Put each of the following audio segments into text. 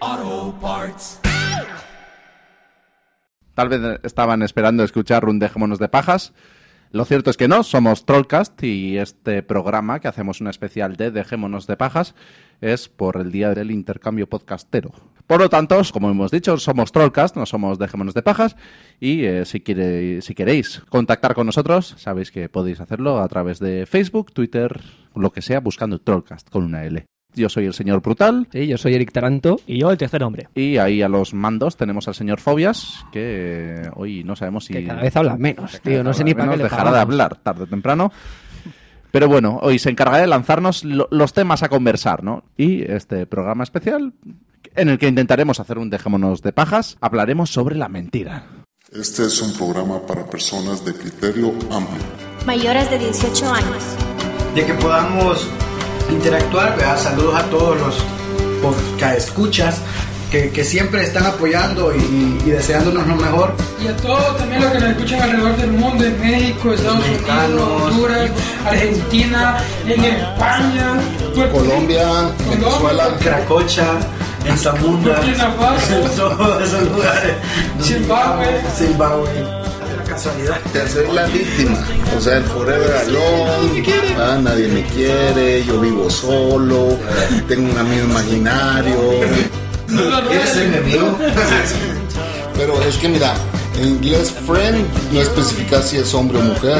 Auto parts. Tal vez estaban esperando escuchar un Dejémonos de Pajas. Lo cierto es que no, somos Trollcast y este programa que hacemos un especial de Dejémonos de Pajas es por el día del intercambio podcastero. Por lo tanto, como hemos dicho, somos Trollcast, no somos Dejémonos de Pajas y eh, si, quiere- si queréis contactar con nosotros, sabéis que podéis hacerlo a través de Facebook, Twitter, lo que sea, buscando Trollcast con una L. Yo soy el señor Brutal Sí, yo soy Eric Taranto. Y yo, el tercer hombre. y ahí a los mandos tenemos al señor Fobias, que eh, hoy no sabemos si... Que cada vez habla menos, tío. No sé ni Al para qué menos le dejará de pagamos. hablar tarde o temprano. Pero bueno, hoy se encargará de lanzarnos lo- los temas a conversar, ¿no? Y este programa especial en el que intentaremos hacer un dejémonos de pajas, hablaremos sobre la mentira. Este es un programa para personas de criterio amplio. Mayores de 18 años. de que podamos interactuar. ¿verdad? Saludos a todos los podcast escuchas que, que siempre están apoyando y, y deseándonos lo mejor. Y a todos también los que nos escuchan alrededor del mundo, en México, Estados Unidos, mexicanos. Honduras, Argentina, en España, pues, Puerto Colombia, Rico, Venezuela, En Cracocha, en Zamunda, Burkina Faso. en todos esos lugares. Zimbabue. Zimbabue. La casualidad. de hacer la víctima. O sea, el forever alone, ah, nadie me quiere, yo vivo solo, tengo un amigo imaginario. ¿Eres enemigo? Pero es que mira, en inglés friend no especifica si es hombre o mujer.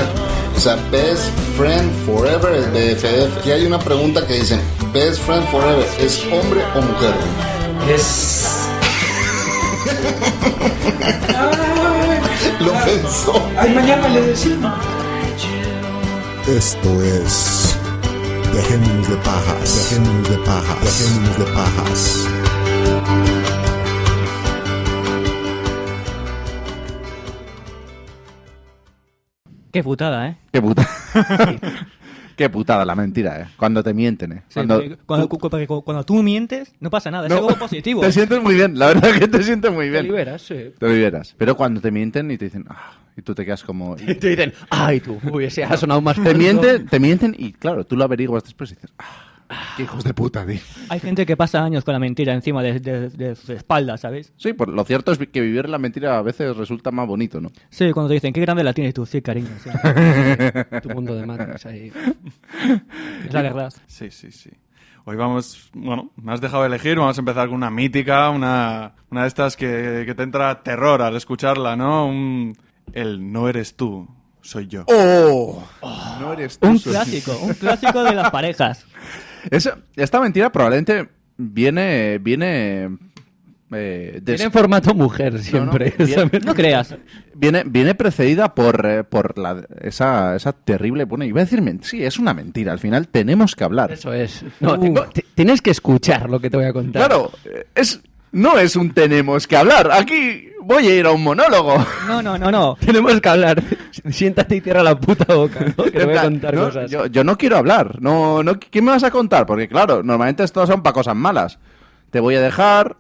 O sea, best friend forever es BFF. Aquí hay una pregunta que dicen, best friend forever, ¿es hombre o mujer? Es. Lo pensó. Ay, mañana les decimos. Esto es Dejémonos de pajas, dejémonos de pajas, dejémonos de pajas. Qué putada, ¿eh? Qué puta. Qué putada la mentira, ¿eh? Cuando te mienten, ¿eh? Cuando, cuando, cu- porque cu- cuando tú mientes, no pasa nada, es No. algo positivo. Te sientes muy bien, la verdad que te sientes muy Te bien. liberas, sí. Te liberas. Pero cuando te mienten y te dicen, "Ah", y tú te quedas como... Y te dicen, ay, tú, hubiese ha sonado más te fuerte". mienten, te mienten y claro, tú lo averiguas después y dices, "Ah, qué hijos de puta, tío. Hay gente que pasa años con la mentira encima de, de, de sus espaldas, ¿sabes? Sí, pues lo cierto es que vivir la mentira a veces resulta más bonito, ¿no? Sí, cuando te dicen, qué grande la tienes tú, sí, cariño. sí. Tu mundo de madres ahí. Es la verdad. Sí, sí, sí. Hoy vamos, bueno, me has dejado elegir, vamos a empezar con una mítica, una, una de estas que, que te entra terror al escucharla, ¿no? Un, el no eres tú, soy yo. No eres Un clásico, un clásico de las parejas. esta mentira probablemente viene. viene. eh, des- Tiene formato mujer siempre. bien. ¿sabes? No creas. viene, viene precedida por, eh, por la, esa, esa terrible. Bueno, iba a decir men- sí, es una mentira. Al final tenemos que hablar. Eso es. Uh. No, tengo- ti- tienes que escuchar lo que te voy a contar. Claro, eh, es. No es un tenemos que hablar. Aquí voy a ir a un monólogo. No, no, no, no. Tenemos que hablar. Siéntate y cierra la puta boca, ¿no? Que te voy a En plan, contar no, cosas. Yo, yo no quiero hablar. No, no, ¿Qué me vas a contar? Porque, claro, normalmente estos son para cosas malas. Te voy a dejar,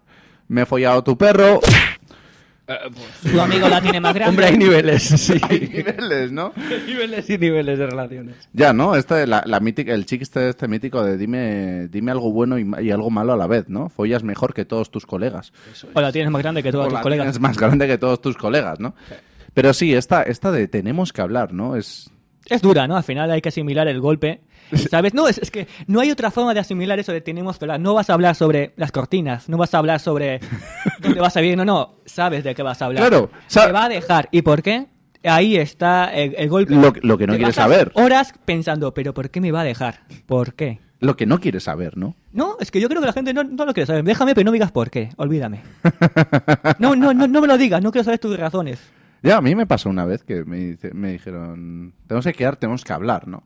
me he follado tu perro. Tu amigo la tiene más grande. Hombre, hay niveles, sí. Hay niveles, ¿no? niveles y niveles de relaciones. Ya, ¿no? Este, la, la mítica, el chiste este mítico de dime, dime algo bueno y, ma- y algo malo a la vez, ¿no? Follas mejor que todos tus colegas. O la tienes más grande que todos O tus la colegas. tienes más grande que todos tus colegas, ¿no? Pero sí, esta, esta de tenemos que hablar, ¿no? Es... Es dura, ¿no? Al final hay que asimilar el golpe. ¿Sabes? No, es, es que no hay otra forma de asimilar eso de tenemos que hablar. No vas a hablar sobre las cortinas, no vas a hablar sobre dónde vas a vivir, no, no. Sabes de qué vas a hablar. Claro, sa- Te va a dejar. ¿Y por qué? Ahí está el, el golpe. Lo- lo que no Te quieres pasas saber. Horas pensando, ¿pero por qué me va a dejar? ¿Por qué? Lo que no quieres saber, ¿no? No, es que yo creo que la gente no, no lo quiere saber. Déjame, pero no me digas por qué. Olvídame. No, no, no, no me lo digas. No quiero saber tus razones. Ya, a mí me pasó una vez que me, dice- me dijeron, tenemos que quedar, tenemos que hablar, ¿no?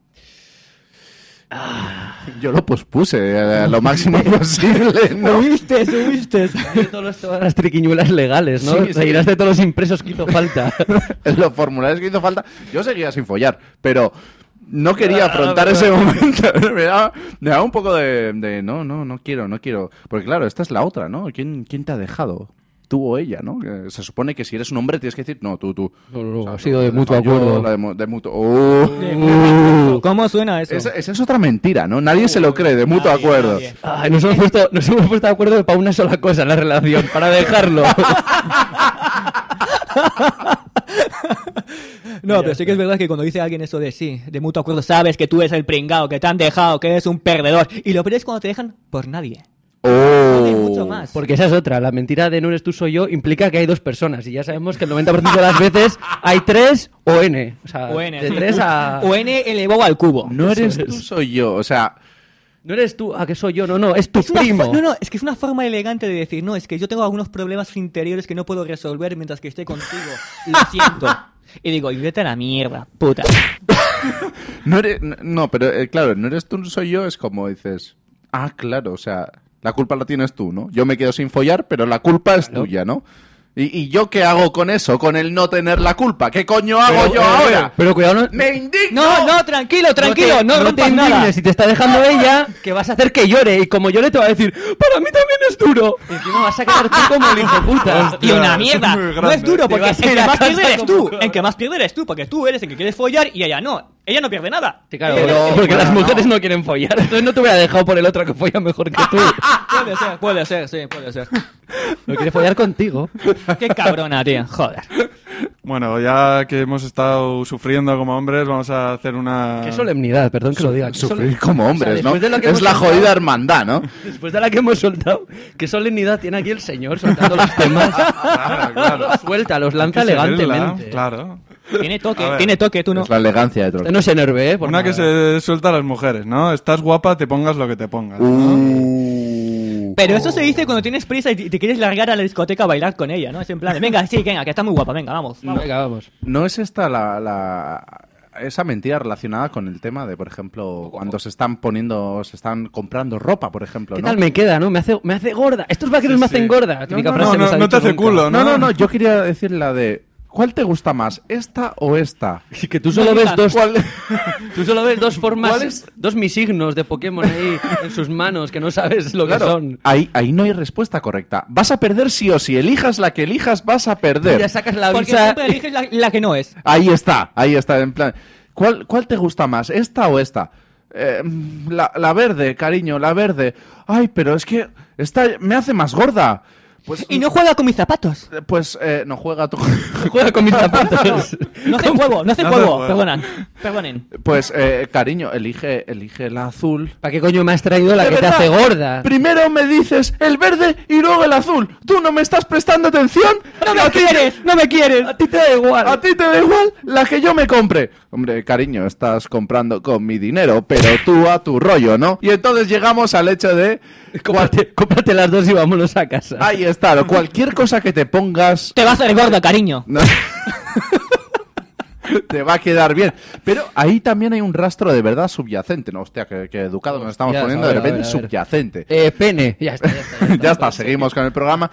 Ah. Yo lo pospuse a lo máximo posible. ¿no? Huiste, huiste. Todas las triquiñuelas legales, ¿no? Sí, sí. Reirás de todos los impresos que hizo falta. En los formularios que hizo falta. Yo seguía sin follar, pero no Ah, quería afrontar ese momento. me, daba, me daba un poco de, de, No, no, no quiero, no quiero. Porque claro, esta es la otra, ¿no? ¿Quién, quién te ha dejado? Tú o ella, ¿no? Que se supone que si eres un hombre tienes que decir, no, tú, tú. No, no, O sea, ha sido de la mutuo yo, acuerdo. la de, mu- de mutuo. ¡Oh! ¿Cómo suena eso? Esa, esa es otra mentira, ¿no? Nadie se lo cree, de mutuo acuerdo. Ay, Ah, nos, hemos puesto, nos hemos puesto de acuerdo para una sola cosa en la relación, para dejarlo. No, pero sí que es verdad que cuando dice alguien eso de sí, de mutuo acuerdo, sabes que tú eres el pringao, que te han dejado, que eres un perdedor. Y lo peor es cuando te dejan por nadie. ¡Oh! Joder, mucho más. Porque esa es otra. La mentira de no eres tú, soy yo implica que hay dos personas. Y ya sabemos que el 90% de las veces hay tres o N. O sea, O N. Ah, de tres a... O N elevado al cubo. No eres tú, soy yo. O sea, No eres tú, a que soy yo. No, no, es tu Es una primo. fo- No, no, es que es una forma elegante de decir, no, es que yo tengo algunos problemas interiores que no puedo resolver mientras que esté contigo. Lo siento. Y digo, y vete a la mierda, puta. no eres. No, pero eh, claro, no eres tú, soy yo, es como dices. Ah, claro, o sea, la culpa la tienes tú, ¿no? Yo me quedo sin follar, pero la culpa es tuya, ¿no? ¿Y, y yo qué hago con eso? Con el no tener la culpa. ¿Qué coño hago Pero- yo pero- ahora? Pero cuidado, no... ¡Me indigno! No, no, tranquilo, tranquilo, no, te, no te rompas nada. indignes, si te está dejando ella, que vas a hacer que llore. Y como llore te va a decir, para mí también es duro. Y encima vas a quedar tú como el hijo puta. Ah, Y una Claro, mierda. es muy grande. No es duro Te porque vas a ir el que a más casa pierde eres como tú. cabrón. El que más pierde eres tú, porque tú eres el que quieres follar y ella no. Ella no pierde nada. Sí, claro, Ella- porque, porque bueno, las no. mujeres no. quieren follar. Entonces no te hubiera dejado por el otro que folla mejor que tú. Puede ser, puede ser, sí, puede ser. No quiere follar contigo. Qué cabrona, tío. Joder. Bueno, ya que hemos estado sufriendo como hombres, vamos a hacer una... Qué solemnidad, perdón que lo diga. Qué Sufrir solem- como O hombres, sea, ¿no? después de lo que es hemos la soltado- jodida hermandad, ¿no? Después de la que hemos soltado, qué solemnidad tiene aquí el señor soltando los temas. Claro, claro. Suelta, los lanza Hay que seguirla, elegantemente. Claro. Tiene toque, A ver. tiene toque, tú no. Es la elegancia de Usted Troll. no se enerve, ¿eh? por Una que se nada. suelta a las mujeres, ¿no? Estás guapa, te pongas lo que te pongas. Uh. Pero eso se dice cuando tienes prisa y te te quieres largar a la discoteca a bailar con ella, ¿no? Es en plan, de, venga, sí, venga, que está muy guapa, venga, vamos. vamos. Venga, vamos. ¿No es esta la, la- esa mentira relacionada con el tema de, por ejemplo, cuando se están poniendo, se están comprando ropa, por ejemplo? ¿Qué ¿no? tal me queda, no? Me hace, me hace gorda. Estos vaqueros Sí, me sí. hacen gorda. No, Típica no, frase que no, se ha no te dicho hace nunca. culo, No, no, no, yo quería decir la de ¿cuál te gusta más, esta o esta? Y que tú solo ves dos, ¿Cuál? tú solo ves dos formas, ¿Cuál es? dos misignos de Pokémon ahí en sus manos que no sabes lo que Claro, son. ahí, ahí no hay respuesta correcta. Vas a perder sí o sí. Elijas la que elijas, vas a Tú ya perder. sacas la Porque visa. siempre eliges la, la que no es. Ahí está, ahí está. En plan, ¿cuál, cuál te gusta más, esta o esta? Eh, mm, la, la verde, cariño, la verde. Ay, pero es que esta me hace más gorda. Pues, Y no juega con mis zapatos. Eh, Pues eh, no juega tu. Juega con mis zapatos. No hace huevo, no hace No hace huevo. huevo. Perdonan, perdonen. Pues eh, cariño, elige, elige la azul. ¿Para qué coño me has traído la De que verdad, te hace gorda? Primero me dices el verde y luego el azul. ¿Tú no me estás prestando atención? ¡No me quieres! ¡No me quieres! A ti te da igual. A ti te da igual la que yo me compre. Hombre, cariño, estás comprando con mi dinero, pero tú a tu rollo, ¿no? Y entonces llegamos al hecho de. Cómprate, cómprate las dos y vámonos a casa. Ahí está, cualquier cosa que te pongas Te vas a hacer gordo, cariño. No. Te va a quedar bien. Pero ahí también hay un rastro de verdad subyacente. No, hostia, que, que educado nos estamos Hostias, poniendo a ver, de repente a ver, a ver. subyacente. Eh, pene. Ya está, ya está. Ya está, ya está, seguimos con el programa.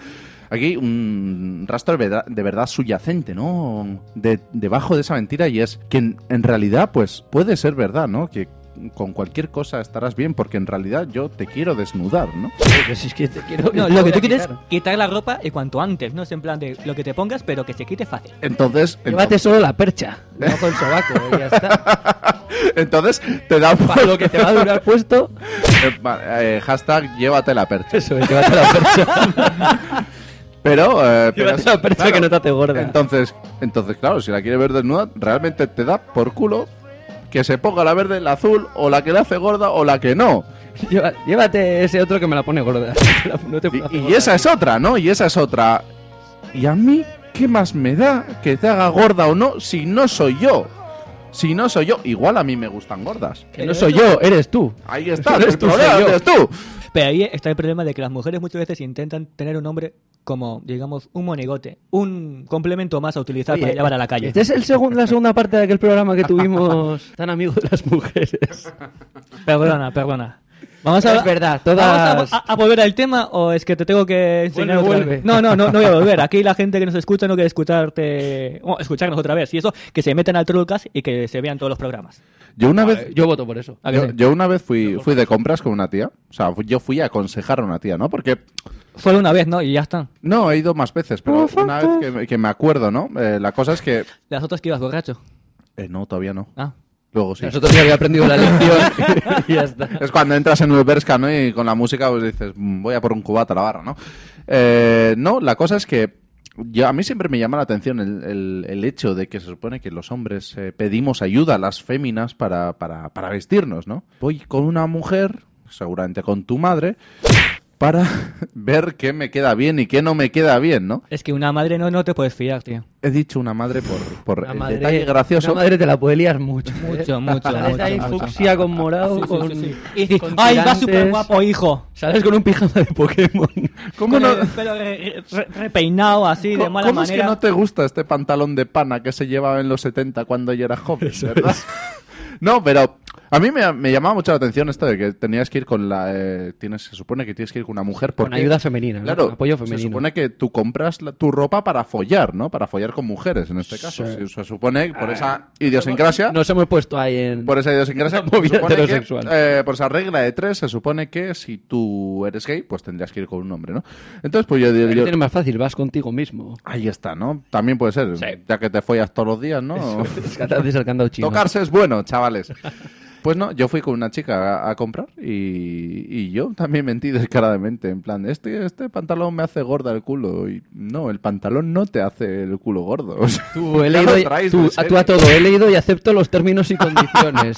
Aquí un rastro de verdad, de verdad subyacente, ¿no? De- debajo de esa mentira y es que en, en realidad, pues puede ser verdad, ¿no? Que con cualquier cosa estarás bien porque en realidad yo te quiero desnudar, ¿no? Pero si es que te quiero- No, te lo voy que a tú quieres es quitar. quitar la ropa y cuanto antes, ¿no? Es en plan de lo que te pongas, pero que se quite fácil. Entonces, Llévate entonces, solo la percha. Bajo el sobaco. y ya está. entonces te da un Para lo que te va a durar puesto. Eh, va- eh, hashtag llévate la percha. Eso es, llévate la percha. Pero, eh, pero Llévate la percha que no te hace gorda. Entonces, entonces, claro, si la quiere ver desnuda, realmente te da por culo que se ponga la verde, la azul, o la que le hace gorda, o la que no. Lleva- Llévate ese otro que me la pone gorda. No te puedo hacer Y, y gorda. esa es otra, ¿no? Y esa es otra. ¿Y a mí qué más me da que te haga gorda o no si no soy yo? Si no soy yo, igual a mí me gustan gordas. Que no soy yo, eres tú. Ahí está, Eres el tú, problema soy yo. eres tú. Pero ahí está el problema de que las mujeres muchas veces intentan tener un hombre como, digamos, un monigote, un complemento más a utilizar Oye, para llevar a la calle. Esta es el segun- la segunda parte de aquel programa que tuvimos tan amigos de las mujeres. Perdona, perdona. Vamos a... Es verdad, ¿Vamos todas... a, a- a volver al tema o es que te tengo que enseñar Vuelve, otra vuelve. vez? No, no, no, no voy a volver. Aquí la gente que nos escucha no quiere escucharte, bueno, escucharnos otra vez. Y eso, que se metan al Trollcast y que se vean todos los programas. Yo una vez. Yo voto por eso. ¿A que Yo, sí? yo una vez fui, fui de compras con una tía. O sea, fu- yo fui a aconsejar a una tía, ¿no? Porque. Solo una vez, ¿no? Y ya está. No, he ido más veces, pero una vez que, me- que me acuerdo, ¿no? Eh, la cosa es que. Las otras que ibas borracho. eh, no, todavía no. Ah. Luego sí. Nosotros ya había aprendido la lección y ya está. Es cuando entras en Uberska, ¿no? Y con la música pues dices, "Mm, voy a por un cubata a la barra, ¿no? Eh, no, la cosa es que yo, a mí siempre me llama la atención el, el- el hecho de que se supone que los hombres eh, pedimos ayuda a las féminas para, para- para vestirnos, ¿no? Voy con una mujer, seguramente con tu madre, para ver qué me queda bien y qué no me queda bien, ¿no? Es que una madre no, no te puedes fiar, tío. He dicho una madre por, por La el madre- detalle gracioso. La madre te la puede liar mucho. Mucho, ¿eh? mucho, Sales mucho, ahí mucho. fucsia con morado, Sí, sí, con, sí, Oh, sí. Y dices, con ¡ay, va tirantes". súper guapo, hijo! Sales con un pijama de Pokémon. ¿Cómo, Con no, el pelo re- re- repeinado así, de ¿Cómo- mala cómo manera. es que no te gusta este pantalón de pana que se llevaba en los 70 cuando yo era joven, verdad? No, pero a mí me, me llamaba mucho la atención esto de que tenías que ir con la... eh, tienes, se supone que tienes que ir con una mujer porque... Con ayuda femenina, ¿no? Claro, Con apoyo se femenino. supone que tú compras la- tu ropa para follar, ¿no? Para follar con mujeres, en este caso. Sí. Se, se supone, por esa idiosincrasia... Nos hemos puesto ahí en... Por esa idiosincrasia, Una movida se supone que, heterosexual. eh, por esa regla de tres, se supone que si tú eres gay, pues tendrías que ir con un hombre, ¿no? Entonces, pues yo... yo- Lo yo- tienes más fácil, vas contigo mismo. Ahí está, ¿no? También puede ser, ya que te follas todos los días, ¿no? Es que haces el candado chino. Tocarse es bueno, chavales. Pues no, yo fui con una chica a, a comprar y, y yo también mentí descaradamente, en plan, este, este pantalón me hace gorda el culo. Y no, el pantalón no te hace el culo gordo. O sea, Tú, he ya leído, lo y- traes tú, de a- tú a serie. todo, he leído y acepto los términos y condiciones.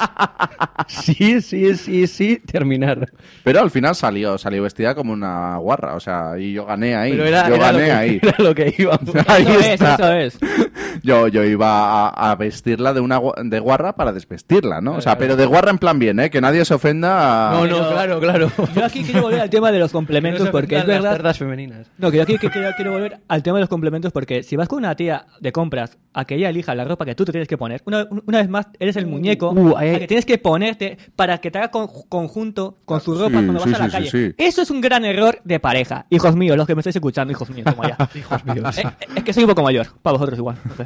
sí, sí, sí, sí, terminar. Pero al final salió, salió vestida como una guarra, o sea, y yo gané ahí. Pero era, yo era lo gané que, ahí. era lo que íbamos. Ahí Eso es, está. eso es. Yo, yo iba a, a vestirla de una gua- de guarra para desvestirla, ¿no? O sea, pero de guarra en plan bien, ¿eh? Que nadie se ofenda. a- No, no, claro, claro. Yo aquí quiero volver al tema de los complementos porque es Las verdad cerdas femeninas. No, que yo aquí que quiero, quiero volver al tema de los complementos porque si vas con una tía de compras a que ella elija la ropa que tú te tienes que poner, una, una vez más eres el muñeco uh, ahí hay- al que tienes que ponerte para que te haga con- conjunto con su ropa Sí, cuando vas sí, a la sí, calle. sí, sí. Eso es un gran error de pareja. Hijos míos, los que me estáis escuchando, hijos míos, como ya. Hijos míos. Eh, eh, es que soy un poco mayor, para vosotros igual. no sé.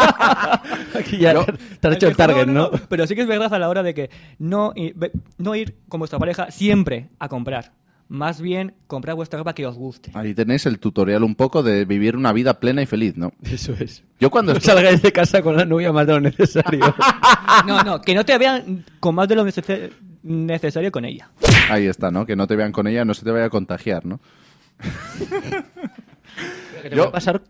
Aquí ya Yo- te, te has hecho el Al que target, joder, ¿no? Pero sí que es verdad a la hora de que no, i- ve- no ir con vuestra pareja siempre a comprar. Más bien comprar vuestra ropa que os guste. Ahí tenéis el tutorial un poco de vivir una vida plena y feliz, ¿no? Eso es. Yo cuando No estuve- salgáis de casa con la novia más de lo necesario. Ah. No, no, que no te vean con más de lo necese- necesario con ella. Ahí está, ¿no? Que no te vean con ella, no se te vaya a contagiar, ¿no? Que te Yo- puede pasar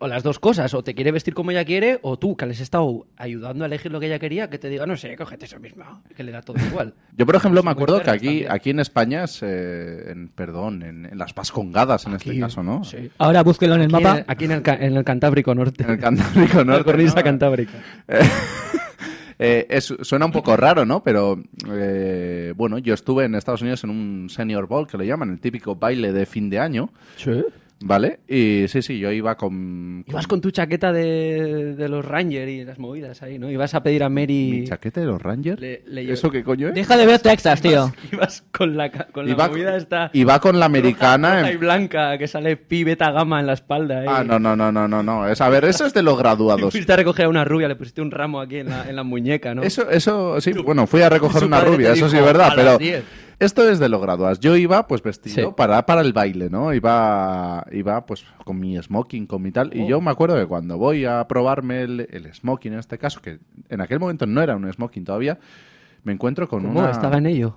o las dos cosas, o te quiere vestir como ella quiere, o tú, que les has estado ayudando a elegir lo que ella quería, que te diga, no sé, cógete eso mismo, que le da todo igual. Yo, por ejemplo, me Son muy acuerdo que perras aquí, también. aquí en España, se- en, perdón, en, en las Vascongadas en este Aquí, caso, ¿no? sí. Ahora búsquelo en el Aquí, mapa. en, aquí en el, ca- en el Cantábrico Norte. En el Cantábrico En la Norte. cornisa ¿no? cantábrica. Eh, es- suena un poco raro, ¿no? Pero eh, bueno, yo estuve en Estados Unidos en un senior ball que le llaman, el típico baile de fin de año, Sí. ¿vale? Y sí, sí, yo iba con, Ibas con tu chaqueta de, de los Ranger y las movidas ahí, ¿no? Ibas a pedir a Mary... mi chaqueta de los Rangers. Le- le llevé- ¿Eso qué coño es? Deja de ver Texas, tío. Ibas con la, ca- con la Iba- movida esta... iba con la americana roja- roja en- y blanca, que sale pi beta gama en la espalda. ¿eh? Ah, no, no, no, no, no, no. Es, a ver, eso es de los graduados. Fuiste a recoger a una rubia, le pusiste un ramo aquí en la, en la muñeca, ¿no? Eso, eso, sí, bueno, fui a recoger su una padre te rubia, eso dijo, sí es verdad, "A las pero 10". esto es de los graduados. Yo iba, pues, vestido Sí. para, para el baile, ¿no? Iba, iba, pues, con mi smoking, con mi tal, Oh. y yo me acuerdo que cuando voy a probarme el, el smoking en este caso, que en aquel momento no era un smoking todavía, me encuentro con ¿Cómo? una... Estaba en ello.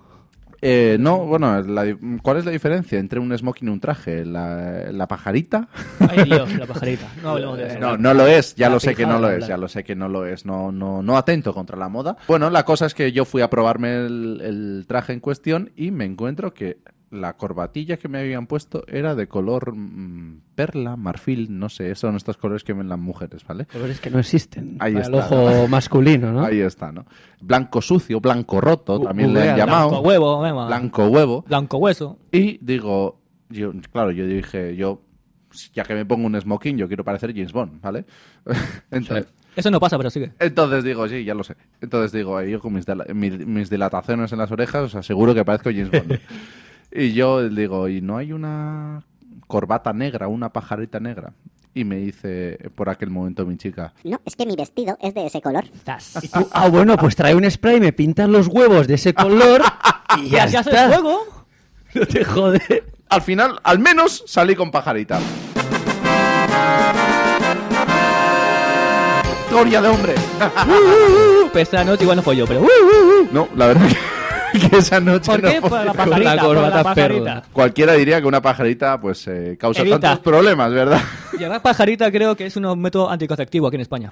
Eh, no, bueno, la di- ¿cuál es la diferencia entre un smoking y un traje? ¿La, la pajarita? Ay, Dios, la pajarita. No hablemos Eh, de eso. No, no lo es, ya La lo sé que pijada no lo de es, hablar. ya lo sé que no lo es, no, no, no atento contra la moda. Bueno, la cosa es que yo fui a probarme el, el traje en cuestión y me encuentro que la corbatilla que me habían puesto era de color mm, perla, marfil, no sé, son estos colores que ven las mujeres, ¿vale? Colores que no existen. Ahí para el está, ojo masculino, ¿no? Ahí está, ¿no? Blanco sucio, blanco roto, Bu- también le han buguea, llamado. Uh, eh, Blanco huevo, ah. mema. Blanco huevo. Blanco hueso. Y digo, yo, claro, yo dije, yo ya que me pongo un smoking, yo quiero parecer James Bond, ¿vale? Entonces, Eso no pasa, pero sigue. entonces digo, sí, ya lo sé. Entonces digo, ahí yo con mis, dela- mi- mis dilataciones en las orejas, os aseguro que parezco James Bond. y yo digo, ¿y no hay una corbata negra, una pajarita negra? Y me dice por aquel momento mi chica, No, es que mi vestido es de ese color. Y tú, ah, bueno, pues trae un spray, me pintas los huevos de ese color y ya Ya está. haces juego. No te jode. Al final, al menos salí con pajarita. Gloria de hombre. Ah, Pues esta noche igual no fue yo, pero. uh, No, la verdad que, que esa noche ¿Por no qué? fue- Por la pajarita. por la pajarita. Cualquiera diría que una pajarita pues eh, causa Evita. tantos problemas, ¿verdad? Y además, pajarita creo que es un método anticonceptivo aquí en España.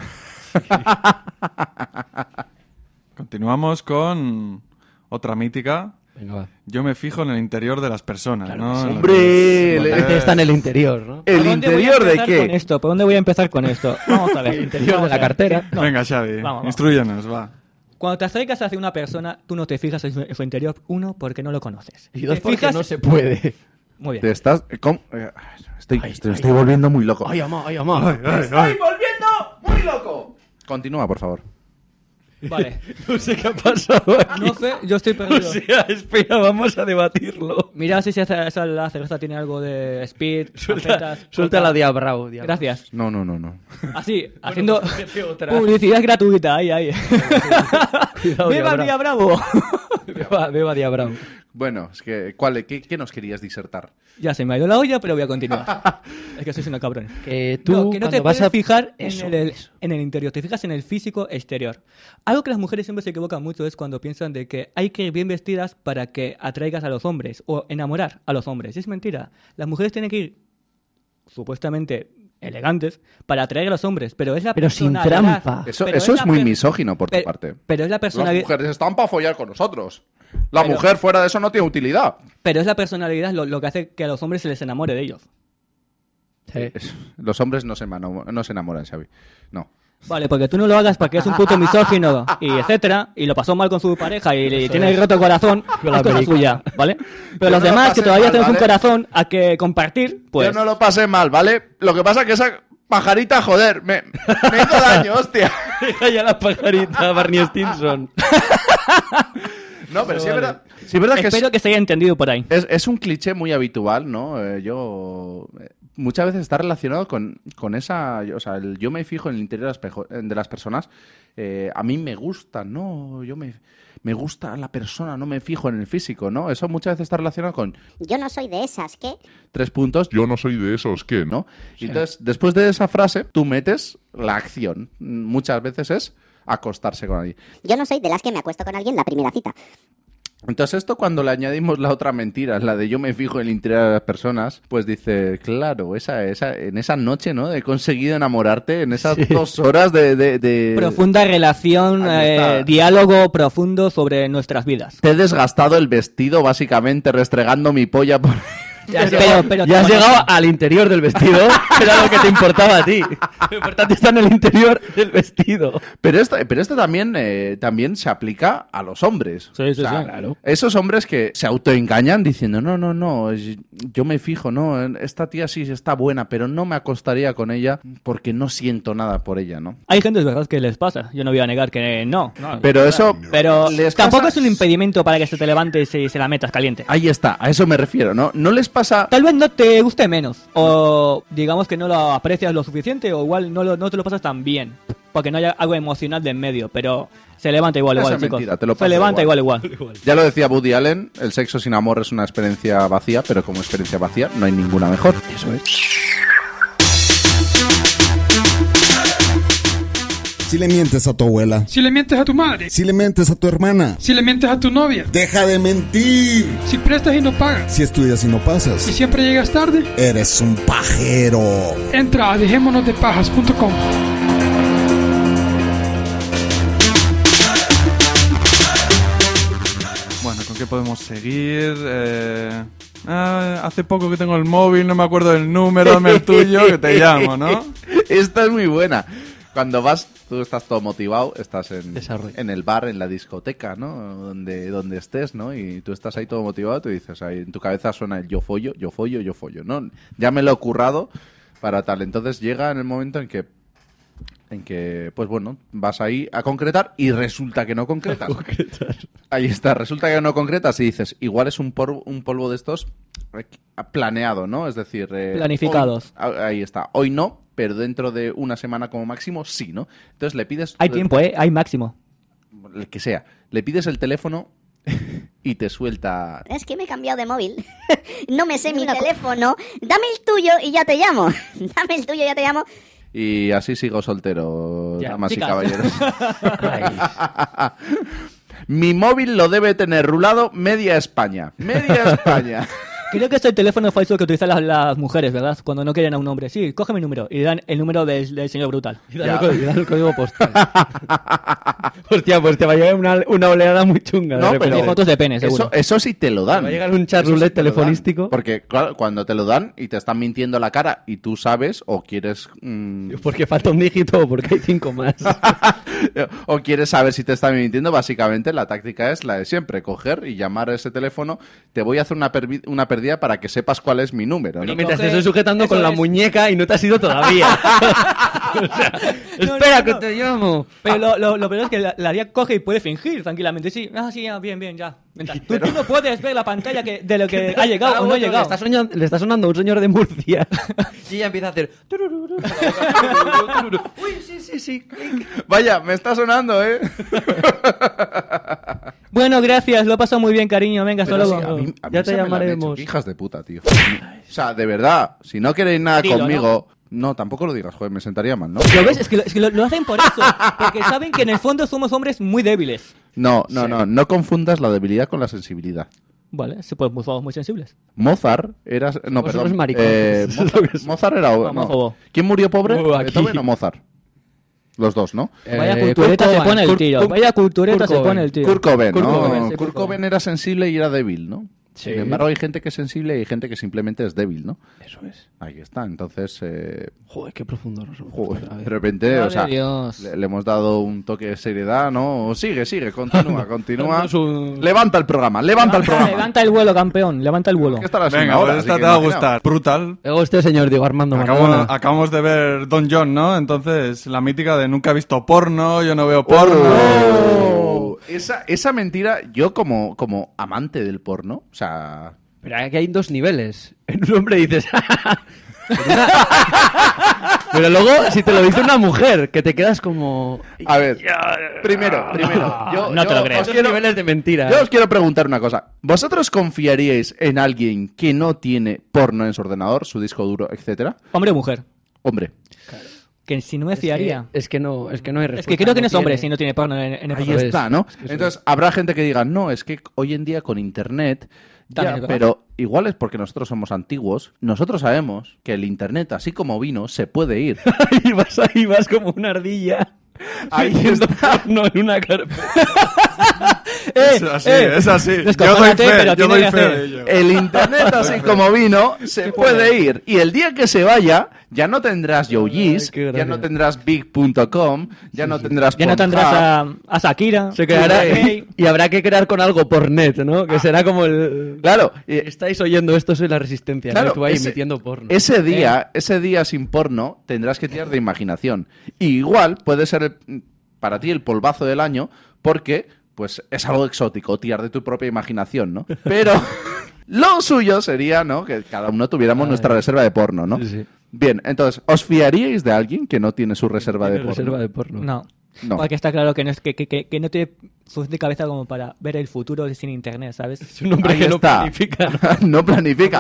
Continuamos con otra mítica. Venga, va. Yo me fijo en el interior de las personas, ¿no? En lo Hombre, que- el- lo que- está en el interior, ¿no? ¿Por dónde voy a empezar Con esto? ¿Por dónde voy a empezar con esto? Vamos a ver. El interior de la cartera. Venga, Xavi, instrúyenos, va. Cuando te acercas hacia una persona, tú no te fijas en su, en su interior, uno, porque no lo conoces. Y dos, Te porque fijas- no se puede. Muy bien. Te estás ¿cómo? Eh, Estoy, estoy, estoy volviendo muy loco. Ay, amor, ay, amor. Ay, ay, Ay, ay. Continúa, por favor. Vale. No sé qué ha pasado aquí. No sé, yo estoy perdido. O sea, espera, vamos a debatirlo. Mira si esa, esa- la cerveza tiene algo de speed, Suelta- anfetas, suelta coca. la diabrao, diabrao. Gracias. No, no, no, no. Así, haciendo pues, vete otra. publicidad gratuita. Ahí, ahí. Cuidado, ¡Viva el Día Bravo! Beba, beba diabrao. Bueno, es que ¿cuál, qué, qué nos querías disertar? Ya se me ha ido la olla, pero voy a continuar. es que sois una cabrón. Que tú, No, que no te cuando vas puedes a fijar en Eso, el- el, en el interior, te fijas en el físico exterior. Algo que las mujeres siempre se equivocan mucho es cuando piensan de que hay que ir bien vestidas para que atraigas a los hombres o enamorar a los hombres. Y es mentira. Las mujeres tienen que ir supuestamente elegantes para atraer a los hombres, pero es la Pero sin personalidad. trampa. Eso, Pero eso es la muy per- misógino por pero- tu parte. Pero es la Las personalidad. mujeres están para follar con nosotros. La Pero- mujer fuera de eso no tiene utilidad. Pero es la personalidad lo, lo que hace que a los hombres se les enamore de ellos. Sí. Eh, Es- Los hombres no se, mano- no se enamoran, Xavi. No. Vale, porque tú no lo hagas porque es un puto misógino y etcétera, y lo pasó mal con su pareja y, y tiene el roto el corazón, Con la es cosa perica. suya, ¿vale? Pero no los lo demás pasé que todavía mal, tenemos un ¿vale? corazón a que compartir, pues Yo no lo pasé mal, ¿vale? Lo que pasa es que esa pajarita, joder, me, me hizo daño, hostia. Deja ya la pajarita, Barney Stinson. No, pero sí es verdad, sí es verdad que es, espero que se haya entendido por ahí. es- es un cliché muy habitual, ¿no? Eh, yo... eh, Muchas veces está relacionado con, con esa... O sea, el yo me fijo en el interior de las pejo- de las personas. eh, a mí me gusta, ¿no? Yo me... Me gusta la persona, no me fijo en el físico, ¿no? Eso muchas veces está relacionado con Yo no soy de esas, ¿qué? tres puntos, yo no soy de esos que, ¿no? Y Entonces, después de esa frase, tú metes la acción. Muchas veces es acostarse con alguien. Yo no soy de las que me acuesto con alguien la primera cita. Entonces, esto cuando le añadimos la otra mentira, la de yo me fijo en el interior de las personas, pues dice, claro, esa, esa, en esa noche, ¿no? He conseguido enamorarte en esas dos horas de... de- de- Profunda relación, ahí está. eh, diálogo profundo sobre nuestras vidas. Te he desgastado el vestido, básicamente, reestregando mi polla por... Ya has Pero- llegado, pero- ya has llegado al interior del vestido, que era lo que te importaba a ti. Lo importante está en el interior del vestido. Pero esto, pero esto también, eh, también se aplica a los hombres. Sí, sí, O sea, sí, claro. Esos hombres que se autoengañan diciendo, no, no, no, es- yo me fijo, no, en- esta tía sí está buena, pero no me acostaría con ella porque no siento nada por ella, ¿no? Hay gente, es verdad, que les pasa. Yo no voy a negar que no. no. Pero eso... Pero les tampoco pasa- es un impedimento para que se te levantes y se la metas caliente. Ahí está, a eso me refiero, ¿no? No les pasa... Tal vez no te guste menos. O digamos que no lo aprecias lo suficiente. O igual no, lo- no te lo pasas tan bien. Porque no haya algo emocional de en medio. Pero se levanta igual, Esa igual, es chicos. mentira, te lo se pasas levanta igual, igual. igual. Ya lo decía Woody Allen, el sexo sin amor es una experiencia vacía, pero como experiencia vacía no hay ninguna mejor. Eso es. Si le mientes a tu abuela, Si le mientes a tu madre, si le mientes a tu hermana, si le mientes a tu novia, deja de mentir. si prestas y no pagas, Si estudias y no si pasas, siempre llegas tarde, eres un pajero. entra a dejémonosdepajas.com. Bueno, ¿con qué podemos seguir? Eh, ah, hace poco que tengo el móvil, no me acuerdo del número, dame el tuyo, que te llamo, ¿no? Esta es muy buena. Cuando vas, tú estás todo motivado, estás en, en el bar, en la discoteca, ¿no? Donde, donde estés, ¿no? Y tú estás ahí todo motivado, tú dices, ahí en tu cabeza suena el yo follo, yo follo, yo follo, ¿no? Ya me lo he currado para tal. Entonces llega en el momento en que, en que pues bueno, vas ahí a concretar y resulta que no concretas. Ahí está, resulta que no concretas y dices, igual es un, por- un polvo de estos eh, planeado, ¿no? Es decir, eh, hoy- Planificados. a- Ah, ahí está, hoy no, pero dentro de una semana como máximo sí, ¿no? Entonces le pides... Hay tiempo, ¿eh? Hay máximo. El que sea. Le pides el teléfono y te suelta... Es que me he cambiado de móvil. no me sé mi teléfono. Dame el tuyo y ya te llamo. Dame el tuyo y ya te llamo. Y así sigo soltero, Ya, damas chicas. y caballeros. Mi móvil lo debe tener rulado media España. Media España. Creo que es el teléfono falso que utilizan las, las mujeres, ¿verdad? Cuando no quieren a un hombre. Sí, coge mi número. Y dan el número del, del señor brutal. Y dan el co- y dan el código postal. Hostia, pues te va a llegar una, una oleada muy chunga. de No, repente. pero eso, eso sí te lo dan. Va a llegar un chat Eso sí roulette te lo dan. telefonístico. Porque claro, cuando te lo dan y te están mintiendo la cara y tú sabes o quieres mm, Porque falta un dígito o porque hay cinco más. o quieres saber si te están mintiendo, básicamente la táctica es la de siempre, coger y llamar a ese teléfono, te voy a hacer una, pervi- una pérdida para que sepas cuál es mi número. ¿no? Y mientras te estoy sujetando con la muñeca y no te has ido todavía. Espera, que te llamo. Ah. Pero lo, lo, lo peor es que la, la tía coge y puede fingir tranquilamente. Sí, ah, sí, ah, bien, bien, ya. Mientras tú, tú no puedes ver la pantalla que, de lo que ha llegado o no ha Ah, Le llegado. está, soñando- le está sonando un señor de Murcia. y ella empieza a hacer. Uy, sí, sí, sí. Vaya, me está sonando, ¿eh? Bueno, gracias, lo he pasado muy bien, cariño. Venga, hasta Pero sí, a luego. mí- a mí se me la han hecho. Qué Hijas de puta, tío. O sea, de verdad, si no queréis nada Dilo, conmigo... No, tampoco lo digas, joder, me sentaría mal, ¿no? ¿Lo ves? Es que, lo, es que lo- lo hacen por eso. Porque saben que en el fondo somos hombres muy débiles. No, no, no, no confundas la debilidad con la sensibilidad. Vale, sí, pues somos muy sensibles. Mozart era. No, Vosotros perdón. maricones. eh, Eso es lo Mozart, Mozart era. no. Homófobo. ¿Quién murió pobre? Uh, aquí. ¿Beethoven o Mozart? Los dos, ¿no? Eh, Vaya cultureta se pone el tiro. Vaya cultureta se pone el tiro. Kurt Cobain, Kurt ¿no? Cobain, sí, Kurt Kurt Cobain Cobain. era sensible y era débil, ¿no? Sin embargo, hay gente que es sensible y hay gente que simplemente es débil, ¿no? Eso es. Ahí está, entonces. eh, Joder, qué profundo. nos hemos puesto, a de ver. repente, o Madre sea, Dios. le, le hemos dado un toque de seriedad, ¿no? Sigue, sigue, continúa, continúa. Levanta el programa, levanta el programa. Levanta el vuelo, campeón. Levanta el vuelo. Venga, una hora, pues esta así que te va a imaginaos. gustar. Brutal. Luego este señor, digo Armando Acabamos, Maradona. acabamos de ver Don John, ¿no? Entonces, la mítica de nunca he visto porno, yo no veo Oh. porno. Esa, esa mentira, yo como, como amante del porno, o sea... Pero aquí hay dos niveles. En un hombre dices. "Ah". Pero luego, si te lo dice una mujer, que te quedas como. "Ah, A ver, primero, Ah, primero. Yo, no te yo lo crees. os Dos quiero- niveles de mentira. yo os quiero preguntar una cosa. ¿Vosotros confiaríais en alguien que no tiene porno en su ordenador, su disco duro, etcétera? Hombre o mujer. Hombre. Que si no me fiaría. Eh, Es que no, es que no hay Es respuesta. que creo que no es hombre tiene. si no tiene porno en, en el Ahí porno. está, ¿no? Es que eso Entonces, habrá gente que diga, no, es que hoy en día con Internet... ya, También es verdad. pero igual es porque nosotros somos antiguos. Nosotros sabemos que el Internet, así como vino, se puede ir. y vas ahí, vas como una ardilla. Ahí está. No, en una carpeta. Eh, Es así, es así. Yo doy Descojónate, fe, pero yo tiene doy que fe hacer. de ello. El internet, así como vino, se puede ir. Y el día que se vaya, ya no tendrás Yogis, ya no tendrás Big.com, ya no tendrás. Ya no tendrás Pornhub. a, a Shakira. Se quedará Hey. y habrá que crear con algo por net, ¿no? Que será como el. Claro, Estáis oyendo esto, soy la resistencia. ¿no? Claro, Tú ahí ese- emitiendo porno. Eh, Ese día, ese día sin porno, tendrás que tirar de imaginación. Y igual puede ser el- para ti el polvazo del año, porque pues es algo exótico, tirar de tu propia imaginación, ¿no? Pero lo suyo sería, ¿no? Que cada uno tuviéramos nuestra reserva de porno, ¿no? Bien, entonces, ¿os fiaríais de alguien que no tiene su reserva de porno? reserva de porno. No. No. Porque está claro que no, es, que, que, que, que no tiene suficiente cabeza como para ver el futuro de- sin internet, ¿sabes? Es un hombre Ahí está. no planifica. No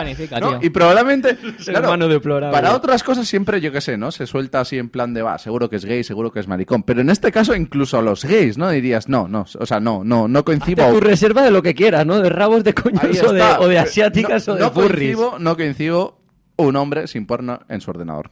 planifica, ¿no? tío. Y probablemente. claro, humano deplorable. Para otras cosas siempre, yo qué sé, ¿no? Se suelta así en plan de va, seguro que es gay, seguro que es maricón. Pero en este caso, incluso a los gays, ¿no? Dirías, no, no, o sea, no, no, no coincido. tu reserva de lo que quieras, ¿no? De rabos de coños o de, o de asiáticas no, o de no furries. coincido- no coincido un hombre sin porno en su ordenador.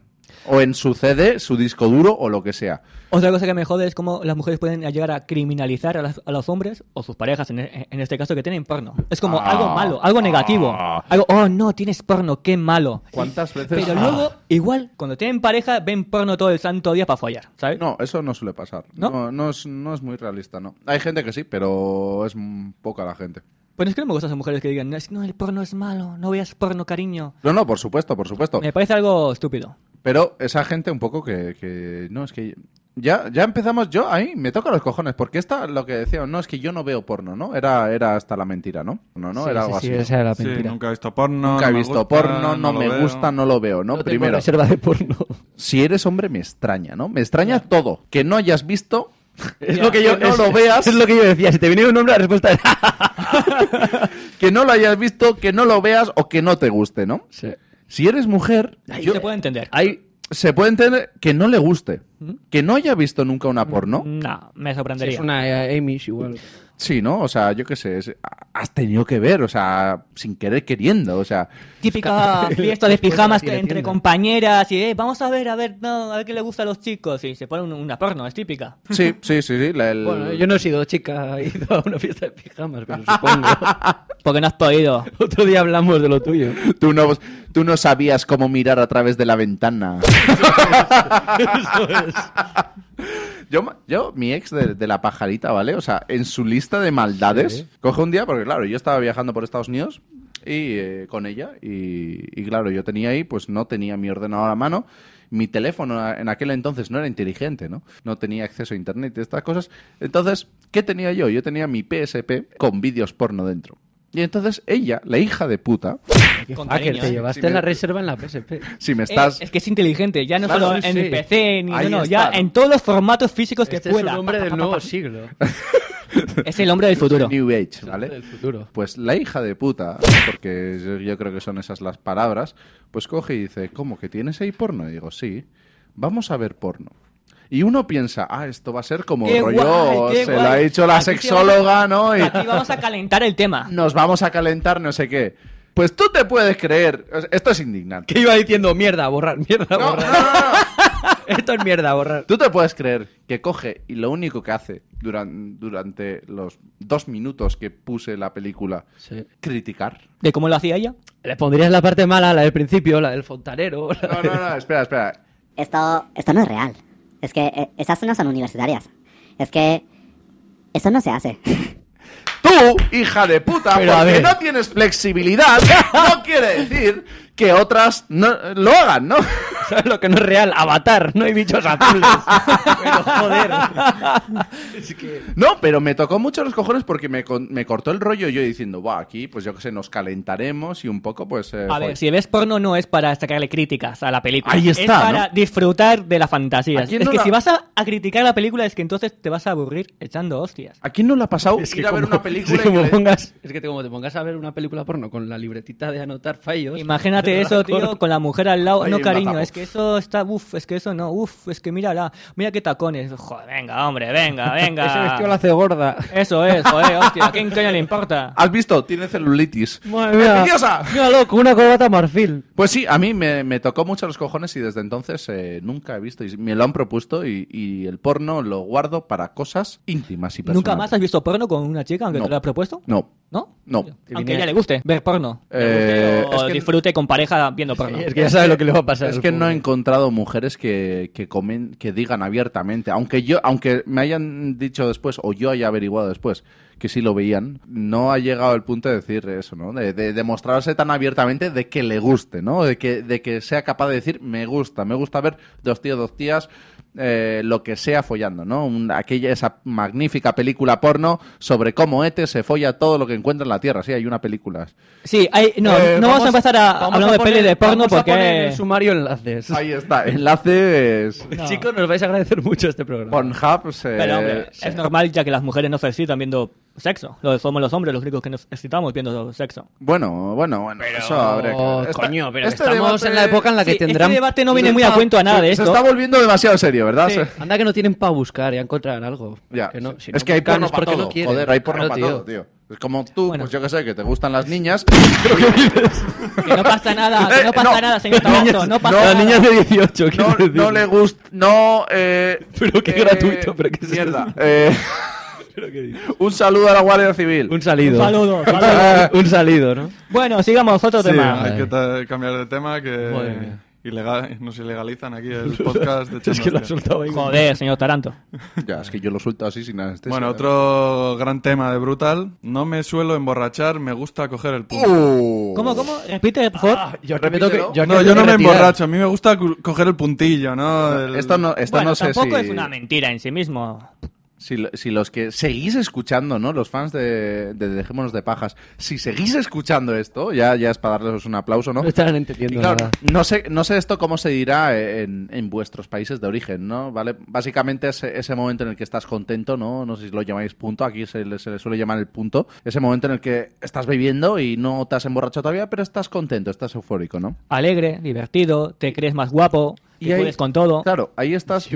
o en su CD, su disco duro o lo que sea. Otra cosa que me jode es cómo las mujeres pueden llegar a criminalizar a, las- a los hombres o sus parejas, en, e- en este caso, que tienen porno. Es como algo Ah. malo, algo negativo. Algo, oh no, tienes porno, qué malo. ¿Cuántas veces? Ah. Pero luego, igual, cuando tienen pareja, ven porno todo el santo día para follar, ¿sabes? No, eso no suele pasar. No, no, es, no es muy realista, no. Hay gente que sí, pero es mm, poca la gente. Pues es que no me gustan esas mujeres que digan, "Es- no, el porno es malo, no veas porno, cariño. No, no, por supuesto, por supuesto. Me parece algo estúpido. Pero esa gente un poco que, que- no, es que ya, ya empezamos yo, ahí me toca los cojones, porque esta lo que decía, no, es que yo no veo porno, ¿no? Era, era hasta la mentira, ¿no? No, no, Sí, era sí, algo sí, así. esa era la Sí, mentira. nunca he visto porno, Nunca no he me visto gusta, porno, no, no lo me veo. gusta, no lo veo, ¿no? No tengo Primero. reserva de porno. Si eres hombre me extraña, ¿no? Me extraña todo. Que no hayas visto, es Ya, lo que yo, no es- lo veas. Es lo que yo decía. Si te viene un hombre, la respuesta es. que no lo hayas visto, que no lo veas o que no te guste, ¿no? Si eres mujer, yo- se puede entender. se puede entender que no le guste, ¿Mm? que no haya visto nunca una porno. No, me sorprendería. es una eh, Amish igual. Sí, ¿no? O sea, yo qué sé, es- has tenido que ver, o sea, sin querer queriendo, o sea, Típica fiesta de pijamas que entre compañeras y, eh, vamos a ver, a ver, no, a ver qué le gusta a los chicos. Y se pone un- una porno, es típica. sí, sí, sí, sí, la- el- Bueno, yo no he sido chica, he ido a una fiesta de pijamas, pero supongo. Porque no has podido. Otro día hablamos de lo tuyo. tú no tú no sabías cómo mirar a través de la ventana. Yo, ma- yo, mi ex de, de la pajarita, ¿vale? O sea, en su lista de maldades, Sí. coge un día, porque claro, yo estaba viajando por Estados Unidos y eh, con ella, y, y claro, yo tenía ahí, pues no tenía mi ordenador a mano. Mi teléfono a- en aquel entonces no era inteligente, ¿no? No tenía acceso a internet y estas cosas. Entonces, ¿qué tenía yo? Yo tenía mi PSP con vídeos porno dentro. Y entonces ella, la hija de puta, Con Ah, que cariño, te ¿eh? llevaste Si me- la reserva en la PSP. si me estás... Eh, es que es inteligente, ya no Claro, solo sí, en sí. el PC, ni Ahí no, no, está, ya ¿no? en todos los formatos físicos que Este es pueda. un hombre Pa, pa, del pa, nuevo pa. siglo. Es el hombre del futuro. New Age, ¿vale? del futuro. Pues la hija de puta, porque yo, yo creo que son esas las palabras, pues coge y dice, ¿cómo que tienes ahí porno? Y digo, sí, vamos a ver porno. Y uno piensa, ah, esto va a ser como Qué rollo, guay, qué se guay. lo ha dicho la Aquí se va- sexóloga, ¿no? Y Aquí vamos a calentar el tema. nos vamos a calentar, no sé qué. Pues tú te puedes creer, esto es indignante. Que iba diciendo mierda, borrar, mierda, borrar. Esto es mierda, borrar. Tú te puedes creer que coge y lo único que hace duran- durante los dos minutos que puse la película, criticar. ¿De cómo lo hacía ella? Le pondrías la parte mala, la del principio, la del fontanero. la No, no, no, espera, espera. Esto, esto no es real. Es que eh, esas no son universitarias. Es que eso no se hace. Tú, hija de puta, Pero a porque ver. no tienes flexibilidad, no quiere decir que otras no, lo hagan, ¿no? ¿Sabes lo que no es real? Avatar, no hay bichos azules. No, pero me tocó mucho los cojones porque me, con- me cortó el rollo yo diciendo, va, aquí, pues yo qué sé, nos calentaremos y un poco, pues... eh, A joder". ver, si ves porno no es para sacarle críticas a la película. Ahí Es está, para ¿no? disfrutar de la fantasía. ¿A Es quién no que la- si vas a, a criticar la película es que entonces te vas a aburrir echando hostias. ¿A quién no le ha pasado Es que ir a ver como- una película es que y que como le- pongas- es que te- como te pongas a ver una película porno con la libretita de anotar fallos. Imagínate eso, tío, con la mujer al lado. Ahí No, me cariño, tapo. es que eso está, uff, es que eso no, uff, es que mírala, mira qué tacones. Joder, venga, hombre, venga, venga. Ese vestido la hace gorda. Eso es, joder, hostia, ¿a quién coño le importa? ¿Has visto? Tiene celulitis. Madre mía. ¡Envidiosa! Míralo, con una corbata marfil. Pues sí, a mí me, me tocó mucho los cojones y desde entonces eh, nunca he visto y me lo han propuesto y, y el porno lo guardo para cosas íntimas y personales. ¿Nunca más has visto porno con una chica, aunque pues No. te lo ha propuesto? No. ¿No? No. Aunque a ella le guste ver porno. Le Eh, guste o es que- disfrute con pareja viendo porno. Es que no he encontrado mujeres que, que, comen, que digan abiertamente, aunque yo, aunque me hayan dicho después o yo haya averiguado después que sí lo veían, no ha llegado el punto de decir eso, ¿no? De, de- de mostrarse tan abiertamente de que le guste, ¿no? De que, de que sea capaz de decir me gusta, me gusta ver dos tíos, dos tías. eh, lo que sea follando, ¿no? Un- aquella, esa magnífica película porno sobre cómo Ete se folla todo lo que encuentra en la Tierra. Sí, hay una película. Sí, hay- no, Eh, no vamos, a empezar a, vamos hablando a de poner- peli de porno vamos a porque... poner en el sumario enlaces. Ahí está, enlaces. Chicos, nos vais a agradecer mucho este programa. Pornhub pues, eh, se- Pero Eh, hombre, se- es normal ya que las mujeres no se excitan viendo sexo. Lo somos los hombres los únicos que nos excitamos viendo sexo. Bueno, bueno, bueno. eso habría que... esta- Oh, coño, pero este estamos debate- en la época en la que Sí, este tendrán. debate no viene muy a cuento a nada de Se está volviendo demasiado serio, ¿verdad? Sí. Se- Anda que no tienen para buscar y encontrar algo. Ya. Que no, si es no que hay buscan porno es para porque todo. no quieren. Joder, hay porno Claro, para todo, tío. Es como tú, pues yo que sé, que te gustan las niñas. Que no pasa nada, Eh, que no pasa nada, señor Taranto, no pasa las nada. niñas de 18, No, no le gusta. No, eh. Pero qué eh, gratuito, pero qué Mierda. eh, un saludo a la Guardia Civil. Un salido. Un saludo, saludo. Un salido, ¿no? Bueno, sigamos, otro Sí, tema. Hay que ta- cambiar de tema que ilegal, nos ilegalizan aquí el podcast de Chema Hostia. Joder, señor Taranto. Ya, es que yo lo suelto así sin este anestesia. Bueno, otro gran tema de Brutal. No me suelo emborrachar, me gusta coger el punto. Uh. ¿Cómo, cómo? Repite, por favor. yo no, yo no me emborracho, a mí me gusta cu- coger el puntillo, ¿no? El- Bueno, tampoco es una mentira en sí mismo. Si, lo- si los que seguís escuchando, ¿no? Los fans de, de Dejémonos de Pajas, si seguís escuchando esto, ya, ya es para darles un aplauso, ¿no? No estarán entendiendo Y claro, nada. No sé, no sé esto cómo se dirá en, en vuestros países de origen, ¿no? ¿Vale? Básicamente es ese momento en el que estás contento, ¿no? No sé si lo llamáis punto, aquí se le, se le suele llamar el punto. Ese momento en el que estás bebiendo y no te has emborrachado todavía, pero estás contento, estás eufórico, ¿no? Alegre, divertido, te crees más guapo, Y te ahí- puedes con todo. Claro, ahí estás.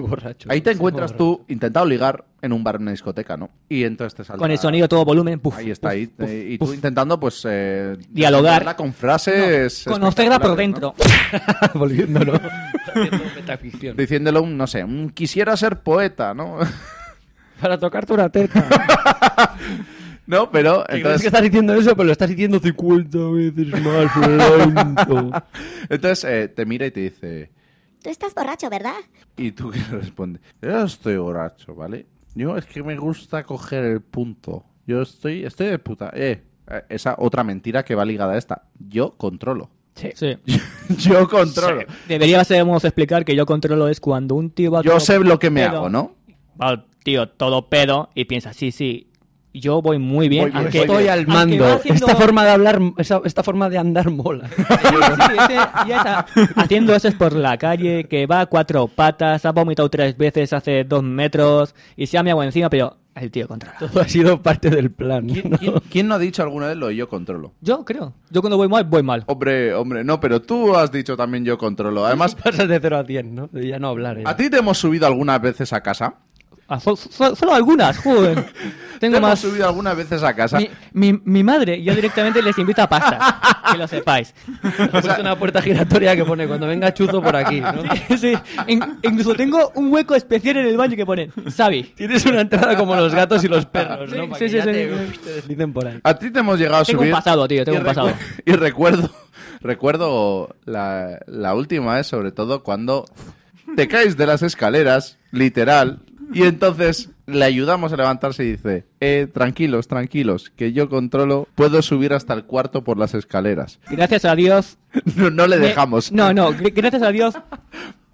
ahí te encuentras tú intentado ligar en un bar, en una discoteca, ¿no? Y entonces te saldrá- Con el sonido todo volumen, puf, ahí está, puf, ahí, puf, eh, y puf. tú intentando, pues. eh, Dialogar. defenderla con frases. No, conocerla por espectaculares, Volviendo, ¿no? ¿no? Metaficción. Diciéndole un, no sé, un quisiera ser poeta, ¿no? Para tocarte una teta. no, pero. ¿Te crees Entonces, que estás diciendo eso? Pero lo estás diciendo 50 veces más lento. entonces eh, te mira y te dice. Tú estás borracho, ¿verdad? ¿Y tú qué respondes? Yo estoy borracho, ¿vale? Yo es que me gusta coger el punto. Yo estoy, estoy de puta. Eh, eh, esa otra mentira que va ligada a esta. Yo controlo. Sí. Yo controlo. Deberíamos explicar que yo controlo es cuando un tío va Yo todo sé lo que me pedo, hago, ¿no? Va el tío todo pedo y piensa, sí, sí, yo voy muy bien. Voy bien, aunque- voy Estoy bien. al aunque mando. va haciendo- Esta forma de hablar, esa- esta forma de andar mola. Sí, ese ya está haciendo eso es por la calle, que va a cuatro patas, ha vomitado tres veces hace dos metros y se ha meado encima, pero el tío controla. Todo ha sido parte del plan. ¿Quién, ¿no? quién- quién no ha dicho alguna vez lo de yo controlo? Yo creo. Yo cuando voy mal, voy mal. Hombre, hombre, no, pero tú has dicho también yo controlo. Además, Pasas de 0 a 100, ¿no? De ya no hablar. ¿eh? ¿a ti te hemos subido algunas veces a casa? Ah, so- so- solo algunas, joder. ¿Te Tengo hemos más. subido algunas veces a casa? Mi, mi- mi madre ya directamente les invita a pasta, que lo sepáis. Es una puerta giratoria que pone cuando venga Chuzo por aquí, ¿no? Sí, sí. In- incluso tengo un hueco especial en el baño que ponen, Xavi. Tienes una entrada como los gatos y los perros, ¿no? Sí, Para sí, que sí, ya sí, te, sí. te deslicen por ahí. ¿A ti te hemos llegado a Tengo un subir? pasado, tío, tengo Y un pasado. recu- Y recuerdo, recuerdo la, la última es sobre todo cuando te caes de las escaleras, literal, y entonces le ayudamos a levantarse y dice, eh, tranquilos, tranquilos, que yo controlo, puedo subir hasta el cuarto por las escaleras. Gracias a Dios. No, no le me- dejamos. No, no, gr- gracias a Dios.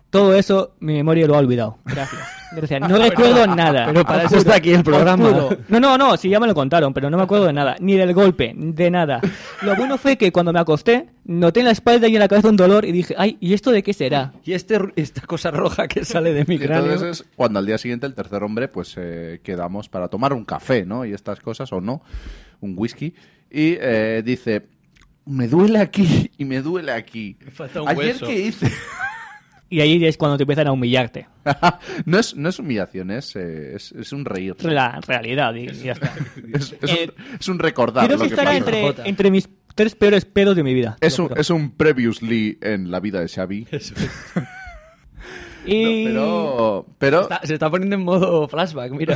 Todo eso, mi memoria lo ha olvidado. Gracias. Gracias. No recuerdo nada. Pero para Os eso juro, está aquí el os programa. juro. No, no, no, sí, ya me lo contaron, pero no me acuerdo de nada. Ni del golpe, de nada. Lo bueno fue que cuando me acosté, noté en la espalda y en la cabeza un dolor y dije, ay, ¿y esto de qué será? Y este, esta cosa roja que sale de mi Y entonces cráneo. es cuando al día siguiente el tercer hombre, pues eh, quedamos para tomar un café, ¿no? Y estas cosas, o no, un whisky. Y eh, dice, me duele aquí y me duele aquí. falta un Ayer hueso. que hice... Y ahí es cuando te empiezan a humillarte. no, es, no es humillación, es, eh, es, es un reír. La realidad y, y ya está. Es, es Eh, un, es un recordar Creo lo que que, estará pasó. entre, entre mis tres peores pedos de mi vida. Es un, es un previously en la vida de Xavi. Y... Pero, pero Está- se está poniendo en modo flashback, mira.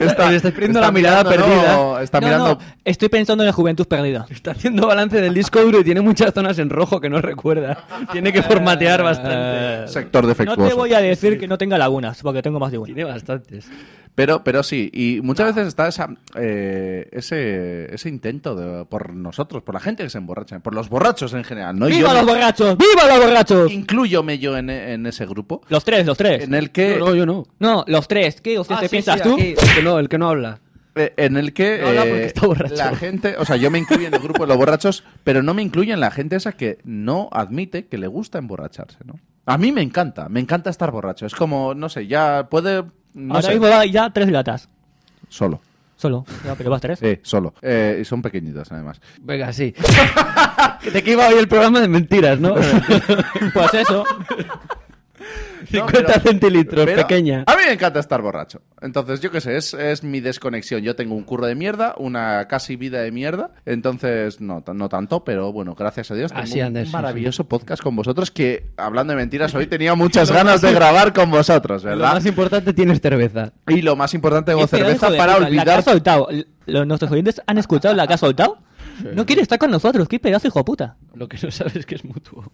está, está perdiendo la mirada mirándolo- Está No, mirando. no, estoy pensando en la juventud perdida. Está haciendo balance del disco duro y tiene muchas zonas en rojo que no recuerda. Tiene que formatear bastante. Sector No defectuoso. te voy a decir que no tenga lagunas, porque tengo más de una. Tiene bastantes. Pero, pero sí, y muchas veces está esa, eh, ese, ese intento de- por nosotros, por la gente que se emborracha, por los borrachos en general. ¿no? Y ¡Viva yo los me- borrachos! ¡Viva los borrachos! Incluyóme yo en, en ese grupo, Los tres, los tres. en el que, No, no, yo no. Ah, No, los tres. ¿Qué usted te piensas tú? El que no, el que no habla. eh, en el que No habla porque eh, está borracho. la gente, o sea, yo me incluyo en el grupo de los borrachos, pero no me incluyo en la gente esa que no admite que le gusta emborracharse, ¿no? A mí me encanta, me encanta estar borracho. Es como, no sé, ya puede, no Ahora sé, mismo va ya tres latas. solo, Solo. Ya, pero vas tres. sí, solo. Eh, y son pequeñitas además. Venga, sí. ¿De qué iba hoy el programa de mentiras, no? Pues eso. 50 centilitros, pequeña. A mí me encanta estar borracho. Entonces, yo qué sé, es, es mi desconexión. Yo tengo un curro de mierda, una casi vida de mierda. Entonces, no, t- no tanto, pero bueno, gracias a Dios. Así, tengo Ander, sí, un maravilloso podcast con vosotros que, hablando de mentiras, hoy tenía muchas ganas de grabar con vosotros, Lo ¿verdad? más importante, tienes cerveza. Y lo más importante, tengo Este, cerveza hijo de para puta, La que olvidar has soltado. Lo- ¿Nuestros oyentes han escuchado la que has soltado? No quiere estar con nosotros, qué pedazo hijo de puta. Lo que no sabes es que es mutuo.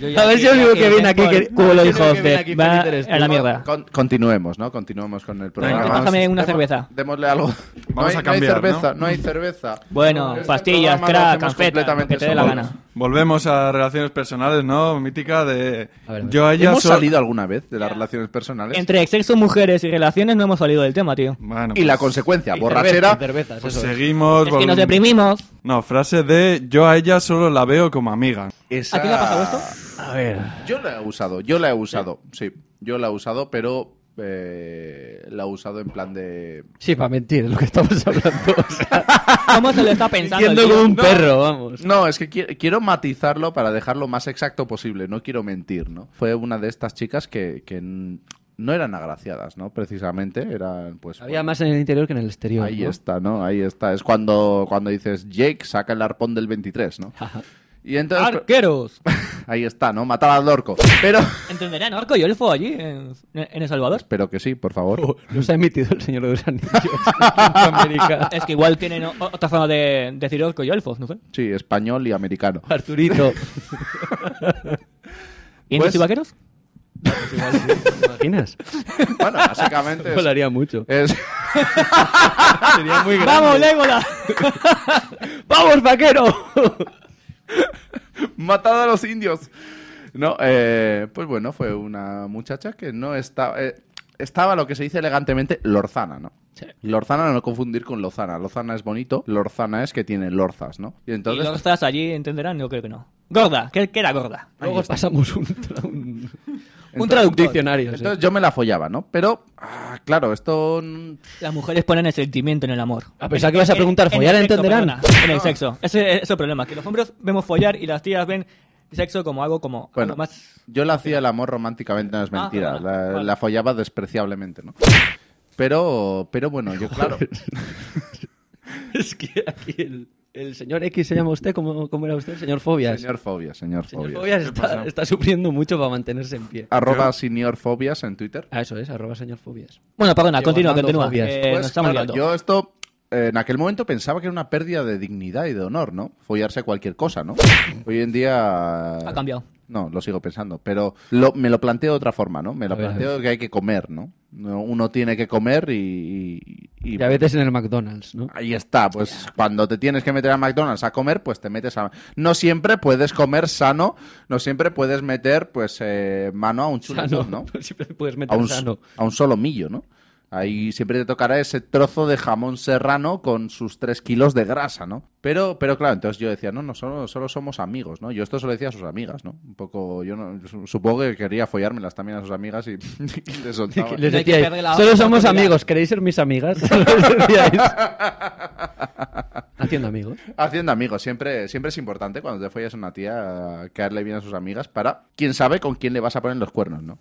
ya a ver si que- el único ya que que viene aquí, tengo que, el- como lo el dijo único que Hofstede, viene aquí, va Felipe, eres a la tú. mierda. Con- continuemos, ¿no? Continuemos con el programa. Venga, pásame una Demo- cerveza. Démosle algo. Vamos no hay, a cambiar, No hay cerveza, ¿no? ¿no? hay cerveza. Bueno, Este pastillas, programa lo crack, hacemos anfeta, completamente lo que te dé la solos. gana. Volvemos a relaciones personales, ¿no? Mítica de... Yo a ella ¿Hemos so- salido alguna vez de las relaciones personales? Entre sexo, mujeres y relaciones no hemos salido del tema, tío. Bueno, Y la pues- consecuencia, Y borrachera. cervezas, pues seguimos... Es que nos volvemos- deprimimos. No, frase de yo a ella solo la veo como amiga. Esa- ¿A ti le ha pasado esto? A ver. Yo la he usado, yo la he usado, sí. Yo la he usado, pero eh, la he usado en plan de... Sí, para mentir, es lo que estamos hablando. O sea, ¿Cómo se lo está pensando? el Mintiendo tío? como un No. perro, vamos. No, es que qui- quiero matizarlo para dejarlo más exacto posible, no quiero mentir, ¿no? Fue una de estas chicas que, que n- no eran agraciadas, ¿no? Precisamente, eran pues... Había más en el interior que en el exterior. Ahí ¿no? está, ¿no? Ahí está. Es cuando, cuando dices, Jake saca el arpón del 23, ¿no? Y entonces... Arqueros. Ahí está, ¿no? Matar al orco. Pero... ¿Entenderán orco y elfo allí en, en El Salvador? Espero que sí, por favor. Nos ha emitido el señor de los anillos. en América. Es que igual tienen o- otra forma de decir orco y elfos, no sé. Sí, español y americano. Arturito. ¿Y indios Pues- y vaqueros? ¿Te imaginas? Eh, Bueno, básicamente es- Volaría mucho. es... Sería muy grande. ¡Ah! ¡Vamos, Legolas! ¡Vamos, vaquero! Matado a los indios. No, eh, pues bueno, fue una muchacha que no estaba. eh, estaba lo que se dice elegantemente lorzana, ¿no? Lorzana no confundir con lozana. Lozana es bonito, lorzana es que tiene lorzas, ¿no? Y Y entonces. luego estás allí, ¿entenderán? Yo creo que no. Gorda, ¿qué, qué era gorda? Luego pasamos un, tra- un- Un traductor. diccionario. sí. Entonces yo me la follaba, ¿no? Pero, ah, claro, esto. mm, Las mujeres ponen el sentimiento en el amor. A pesar que vas a preguntar, el ¿follar sexo, entenderán? perdona, En el sexo. Ese ese es el problema, que los hombres vemos follar y las tías ven sexo como algo como Bueno. algo más... Yo la hacía el amor románticamente, no es mentira. vale, la, vale. la follaba despreciablemente, ¿no? Pero, pero bueno, yo, claro. Es que aquí el, el señor X se llama usted, ¿cómo, cómo era usted? El señor Fobias. Señor fobia, señor Señor fobia. Fobias está, está sufriendo mucho para mantenerse en pie. Arroba señor fobias en Twitter. Ah, eso es, arroba señor Fobias. Bueno, perdona, Tío, continúa, Armando continúa. Fobias. Eh, Pues, nos estamos claro, liando. yo esto eh, en aquel momento pensaba que era una pérdida de dignidad y de honor, ¿no? Follarse cualquier cosa, ¿no? Hoy en día Ha cambiado. no, lo sigo pensando, pero lo- me lo planteo de otra forma, ¿no? Me lo A ver, a planteo que hay que comer, ¿no? No, Uno tiene que comer y, y- y- Y a veces en el McDonald's, ¿no? ahí está, pues cuando te tienes que meter a McDonald's a comer, pues te metes a... No siempre puedes comer sano, no siempre puedes meter, pues, eh, mano a un chuletón, ¿no? Siempre puedes a meter un, sano. a un solo millo, ¿no? Ahí siempre te tocará ese trozo de jamón serrano con sus tres kilos de grasa, ¿no? Pero, pero claro, entonces yo decía, no, no, solo, solo somos amigos, ¿no? Yo esto se lo decía a sus amigas, ¿no? Un poco, yo no- su- supongo que quería follármelas también a sus amigas y, y les soltaba. Les No hay que decíais, perder la solo somos oportunidad". amigos, ¿queréis ser mis amigas? Les decíais. Haciendo amigos. Haciendo amigos, siempre, siempre es importante cuando te follas a una tía eh, caerle bien a sus amigas para quién sabe con quién le vas a poner los cuernos, ¿no?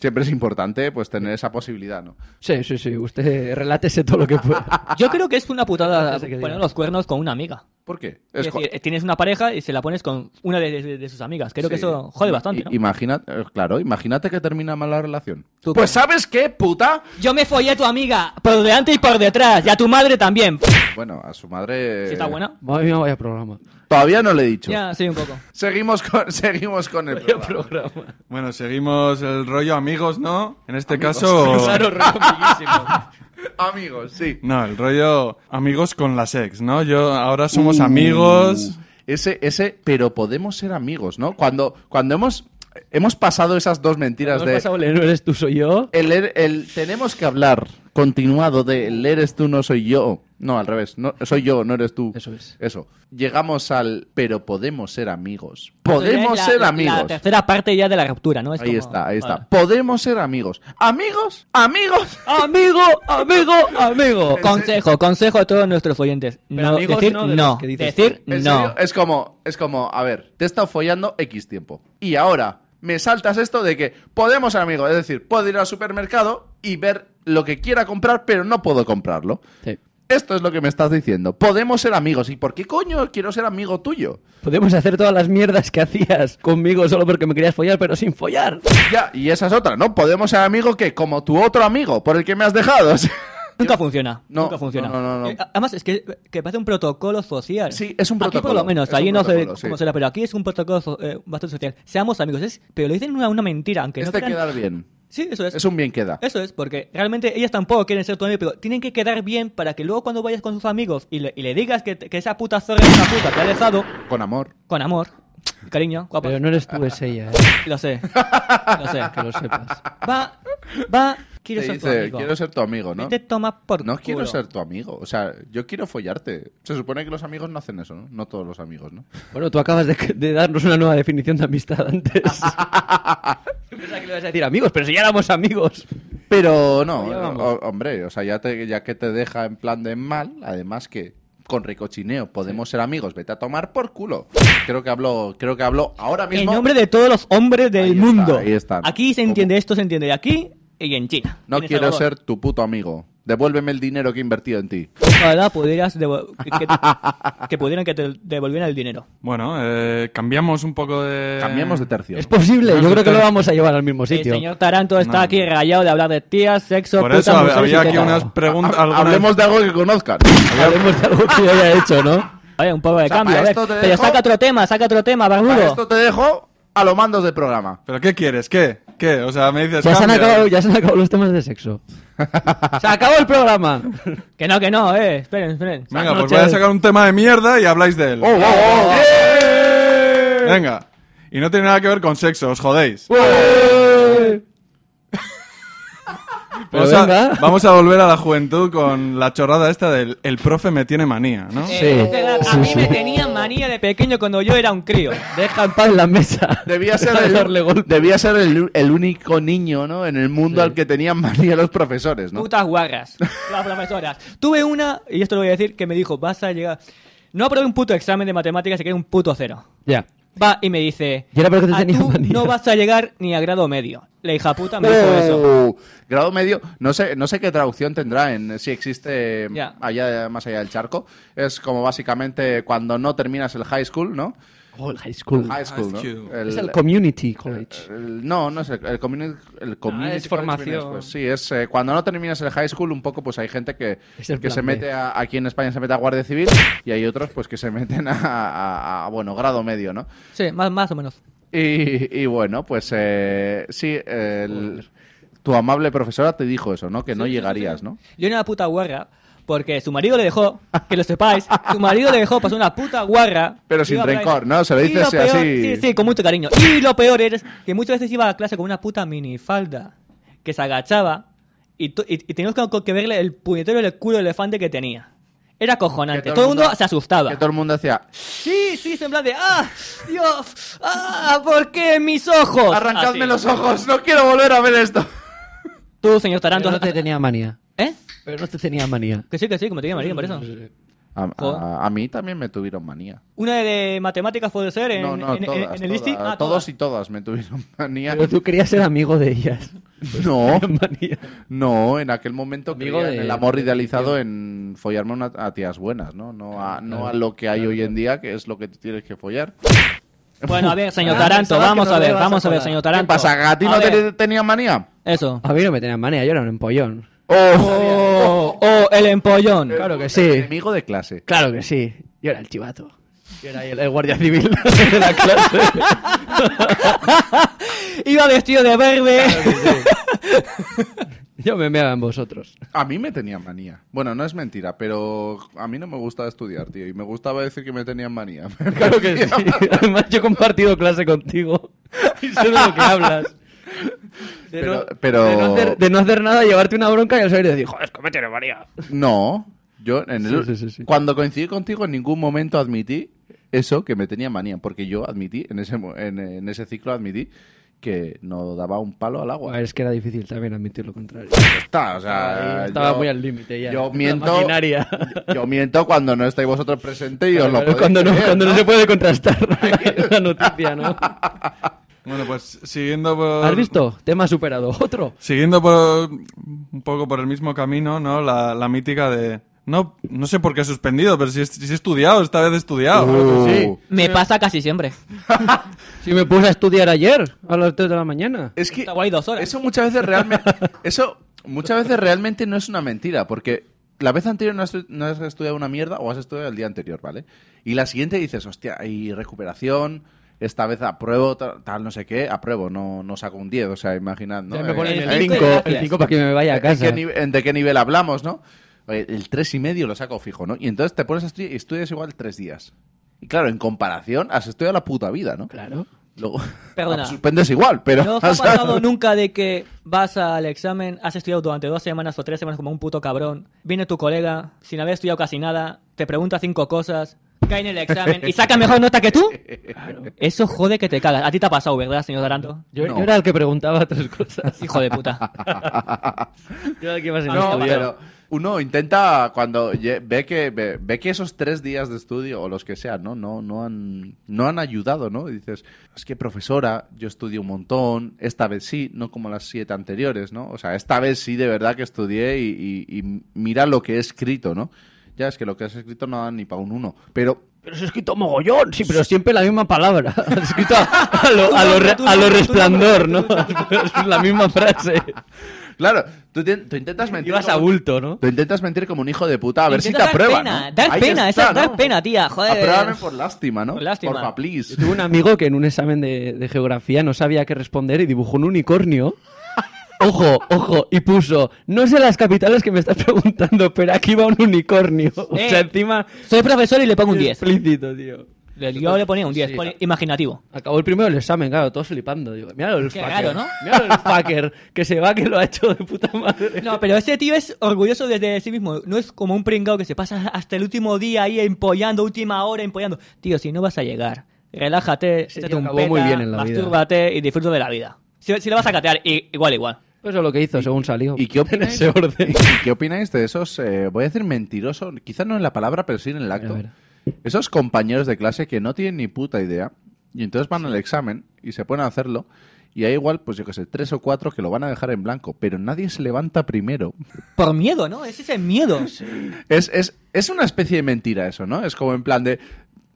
Siempre es importante pues tener esa posibilidad, ¿no? Sí, sí, sí, usted relátese todo lo que pueda. Yo creo que es una putada No sé qué poner diga. los cuernos con una amiga. ¿Por qué? Es, cua- decir, eh, tienes una pareja y se la pones con una de, de- de sus amigas. Creo que Sí. eso jode bastante, I- ¿no? imagina- eh, claro, imagínate que termina mal la relación. ¿Tú Pues qué? ¿sabes qué, puta? Yo me follé a tu amiga por delante y por detrás, y a tu madre también. Bueno, a su madre... Si está buena. Madre mía, vaya programa. Todavía no le he dicho. Ya, sí, un poco. Seguimos con, seguimos con el programa. Bueno, seguimos el rollo amigos, ¿no? En este caso... Amigos, sí. No, el rollo amigos con las ex, ¿no? Yo ahora somos amigos... Ese, ese, pero podemos ser amigos, ¿no? Cuando, cuando hemos, hemos pasado esas dos mentiras Hemos de... pasado el no eres tú, soy yo. El, er- el tenemos que hablar continuado de el eres tú, no soy yo. No, al revés. No, soy yo, no eres tú. Eso es. Eso. Llegamos al pero podemos ser amigos. Podemos Entonces, ser la- la- amigos. La tercera parte ya de la ruptura, ¿no? Es ahí como- está, ahí está. Vale. Podemos ser amigos. Amigos, amigos. Amigo, amigo, amigo. Consejo, consejo a todos nuestros oyentes. Pero no, amigos decir no no. de los que dices decir ¿En no. serio? Es como, es como, a ver, te he estado follando X tiempo. Y ahora me saltas esto de que podemos ser amigos. Es decir, puedo ir al supermercado y ver lo que quiera comprar, pero no puedo comprarlo. Esto es lo que me estás diciendo. Podemos ser amigos. ¿Y por qué coño quiero ser amigo tuyo? Podemos hacer todas las mierdas que hacías conmigo solo porque me querías follar, pero sin follar. Ya, y esa es otra, ¿no? Podemos ser amigos que como tu otro amigo por el que me has dejado. Nunca funciona. No, nunca funciona. no, no, no, no. Eh, además, es que, que parece un protocolo social. Sí, es un Aquí por protocolo, lo menos, es allí un no sé protocolo, sí. cómo será, pero aquí es un protocolo so- eh, bastante social. Seamos amigos, es, pero lo dicen una, una mentira, aunque Es no de quieran- Este quedar bien. Sí, eso es. Es un bien queda. Eso es, porque realmente ellas tampoco quieren ser tu amigo, pero tienen que quedar bien para que luego cuando vayas con sus amigos y le, y le digas que, que esa puta zorra es una puta, te ha dejado Con amor. con amor, cariño, guapo. Pero no eres tú, es ella. ¿eh? Lo sé. Lo sé. Que lo sepas. Va, va, quiero Te ser tu dice, amigo. quiero ser tu amigo, ¿no? Te toma por No quiero culo. ser tu amigo. O sea, yo quiero follarte. Se supone que los amigos no hacen eso, ¿no? No todos los amigos, ¿no? Bueno, tú acabas de, de darnos una nueva definición de amistad antes. Pensaba que le ibas a decir amigos, pero si ya éramos amigos. Pero no, Ya vamos. o- hombre, o sea, ya, te- ya que te deja en plan de mal, además que con ricochineo podemos ser amigos, vete a tomar por culo. Creo que hablo, creo que hablo ahora mismo. En nombre de todos los hombres del Ahí está, mundo. ahí está. Aquí se entiende esto, se entiende aquí y en China. No En El quiero Salvador. ser tu puto amigo. Devuélveme el dinero que he invertido en ti. Ojalá pudieras devo- que, que- que pudieran que te devolvieran el dinero. Bueno, eh, cambiamos un poco Eh, de. Cambiamos de tercio. Es Posible, yo creo que lo vamos a llevar al mismo sitio. El señor Taranto está No. aquí rayado de hablar de tías, sexo, Por putas, eso hab- mujeres y había aquí tetas. unas preguntas. Ha- Hablemos de algo que conozcas. Hablemos de algo que yo haya hecho, ¿no? Oye, un poco de sea, cambio. para a ver. esto te Pero dejo- saca otro tema, saca otro tema, Para barbudo. esto te dejo a los mandos del programa. ¿Pero qué quieres? ¿Qué? ¿Qué? O sea, me dices. Ya se, han cambia. acabado, ya se han acabado los temas de sexo. ¡Se acabó el programa! Que no, que no, eh. Esperen, esperen. Venga, pues Noches. voy a sacar un tema de mierda y habláis de él. ¡Oh, oh, oh! Venga. Y no tiene nada que ver con sexo, os jodéis. Pero Vamos a, venga. vamos a volver a la juventud con la chorrada esta del el profe me tiene manía, ¿no? Eh, este era- a mí me tenía manía de pequeño cuando yo era un crío. Deja en paz la mesa. Debía ser, Deja de darle el, golpe. debía ser el, el único niño, ¿no? En el mundo al que tenían manía los profesores, ¿no? Putas guarras. Las profesoras. Tuve una, y esto lo voy a decir, que me dijo, vas a llegar... No aprobé un puto examen de matemáticas y quedé un puto cero. Ya. Va y me dice... Y era porque te "A tenía tú manía". no vas a llegar ni a grado medio. La hija puta me dijo eso. Oh, grado medio, no sé, no sé qué traducción tendrá en si existe eh, Ya. allá más allá del charco. Es como básicamente cuando no terminas el high school, ¿no? Oh, el high school. High school, ¿no? school. Es el community college. el- no, no es el, el community, Ah, el community es college formación. vienes, pues sí, es eh, cuando no terminas el high school, un poco, pues hay gente que, Es el que plan se B. mete a- aquí en España se mete a Guardia Civil y hay otros pues que se meten a, a- a, bueno grado medio, ¿no? Sí, más, más o menos. Y, y bueno, pues eh, sí, el- tu amable profesora te dijo eso, ¿no? Que no llegarías, ¿no? Yo era una puta guarra porque su marido le dejó, que lo sepáis, su marido le dejó pasó una puta guarra. Pero Y sin iba por ahí. rencor, ¿no? Se lo Y dices peor- así. Sí, sí, con mucho cariño. Y lo peor es que muchas veces iba a clase con una puta minifalda que se agachaba y, to- y- y teníamos que, que verle el puñetero en el culo de elefante que tenía. Era cojonante. Que Todo, el mundo, se asustaba. Que todo el mundo decía, Sí, sí, es en plan de ¡Ah! ¡Dios! ¡Ah! ¿Por qué mis ojos? arrancadme Así. los ojos, no quiero volver a ver esto. Tú, señor Taranto. Pero no te tenía manía. ¿Eh? Pero no te tenía manía. Que sí, que sí, como te digo, marido, por Mm. eso. A, Joder. a- a mí también me tuvieron manía. Una de matemáticas puede ser en, no, no, en- en- todas, en el todas. listing. Ah, todos todas. y todas me tuvieron manía. Pero tú querías ser amigo de ellas. No, Manía. no, en aquel momento Pues, Amigo creía en de- el amor de idealizado en follarme una- a tías buenas, ¿no? No a, no a lo que hay hoy en día, que es lo que tú tienes que follar. Bueno, a ver, señor Ah, Taranto, pensaba que vamos no a le ver, ibas a vamos a ver, colar. ¿Qué señor Taranto. pasa? que ¿A ti A no ver, te tenía manía? Eso. A mí no me tenían manía, yo era un empollón. ¡Oh! Oh, oh, el empollón. Claro que sí. Enemigo de clase. Claro que sí. Yo era el chivato. Yo era el, el guardia civil de la clase. Iba vestido de verde. Yo me meaba en vosotros. A mí me tenía manía. Bueno, no es mentira, pero a mí no me gustaba estudiar, tío. Y me gustaba decir que me tenían manía. Claro que sí. Además, yo he compartido clase contigo. Y sé de lo que hablas. De Pero- oh. no, pero- De, no hacer, de no hacer nada, llevarte una bronca y al salir decir, joder, es que me tiene manía. No. Yo, en el- Sí, sí, sí, sí. cuando coincidí contigo, en ningún momento admití eso que me tenía manía, porque yo admití, en ese, mo- en, en ese ciclo admití que no daba un palo al agua. Es que era difícil también admitir lo contrario. Está, o sea, Ahí estaba yo- muy al límite ya. Yo La miento. maquinaria. Yo miento cuando no estáis vosotros presentes y os lo Pero podéis cuando, no, creer, cuando no ¿no? se puede contrastar la, la noticia, ¿no? Bueno, pues siguiendo por... ¿Has visto? Tema superado. Otro. Siguiendo por un poco por el mismo camino, ¿no? La, la mítica de... No, no sé por qué he suspendido, pero si he, si he estudiado, esta vez he estudiado. Uh. Me pasa casi siempre. Si me puse a estudiar ayer, a las 3 de la mañana. Es que Estaba ahí dos horas. eso muchas veces realmente eso muchas veces realmente no es una mentira, porque la vez anterior no has, no has estudiado una mierda o has estudiado el día anterior, ¿vale? Y la siguiente dices, hostia, hay recuperación, esta vez apruebo, tal, tal, no sé qué, apruebo, no, no saco un 10, o sea, imaginad, ¿no? Ya me ponen Eh, el eh, 5 gracias. el cinco para que me vaya a ¿en casa. qué nive- en ¿De qué nivel hablamos, no? Oye, El tres y medio lo saco fijo, ¿no? Y entonces te pones a estudiar y estudias igual tres días. Y claro, en comparación, has estudiado la puta vida, ¿no? Claro. Luego, Perdona. suspendes igual, pero... ¿No os ha o sea, pasado nunca de que vas al examen, has estudiado durante dos semanas o tres semanas como un puto cabrón, viene tu colega sin haber estudiado casi nada, te pregunta cinco cosas, cae en el examen y saca mejor nota que tú? Eso jode que te cagas. A ti te ha pasado, ¿verdad, señor Daranto? Yo, No. yo era el que preguntaba tres cosas. Hijo de puta. Yo era el que iba a ser No, estudiado. pero uno intenta cuando ye- ve que ve, ve que esos tres días de estudio o los que sean, ¿no? No, no han no han ayudado, ¿no? Y dices, es que profesora, yo estudié un montón, esta vez sí, no como las siete anteriores, ¿no? O sea, esta vez sí de verdad que estudié y, y- y mira lo que he escrito, ¿no? Ya es que lo que has escrito no da ni para un uno. Pero Pero se ha escrito mogollón, sí, pero siempre la misma palabra. Ha escrito a, a lo, a lo re- a lo resplandor, ¿no? Es la misma frase. claro, tú, te- tú intentas mentir. Ibas a como- bulto, ¿no? Tú intentas mentir como un hijo de puta a ver si te Intentas dar aprueban. pena, ¿no? dar Ahí pena, está, esa es dar ¿no? pena, tía, joder. Apruébame por lástima, ¿no? Por lástima. Porfa, please. Tuve un amigo que en un examen de, de geografía no sabía qué responder y dibujó un unicornio. Ojo, ojo, y puso, no sé las capitales que me estás preguntando, pero aquí va un unicornio. O Eh, sea, encima... Soy profesor y le pongo un 10. Explícito, tío. Yo le ponía un 10, Sí. pone imaginativo. Acabó el primero el examen, claro, todos flipando. Digo, míralo el Qué fucker. raro, ¿no? Míralo el fucker, que se va que lo ha hecho de puta madre. No, pero ese tío es orgulloso desde sí mismo. No es como un pringao que se pasa hasta el último día ahí empollando, última hora empollando. Tío, si no vas a llegar, relájate, Ese échate tío un acabó muy peta, bien en la vida. mastúrbate y disfruta de la vida. Si, si la vas a catear, i- igual, igual. Pues Eso es lo que hizo, según salió. ¿Y qué opináis? En ese orden. ¿Y qué opináis de esos? eh, voy a decir mentirosos, quizá no en la palabra, pero sí en el acto. A ver. Esos compañeros de clase que no tienen ni puta idea y entonces van al examen y se ponen a hacerlo. Y hay igual, pues yo qué sé, tres o cuatro que lo van a dejar en blanco, pero nadie se levanta primero. Por miedo, ¿no? Es ese miedo. Es, es, es una especie de mentira eso, ¿no? Es como en plan de,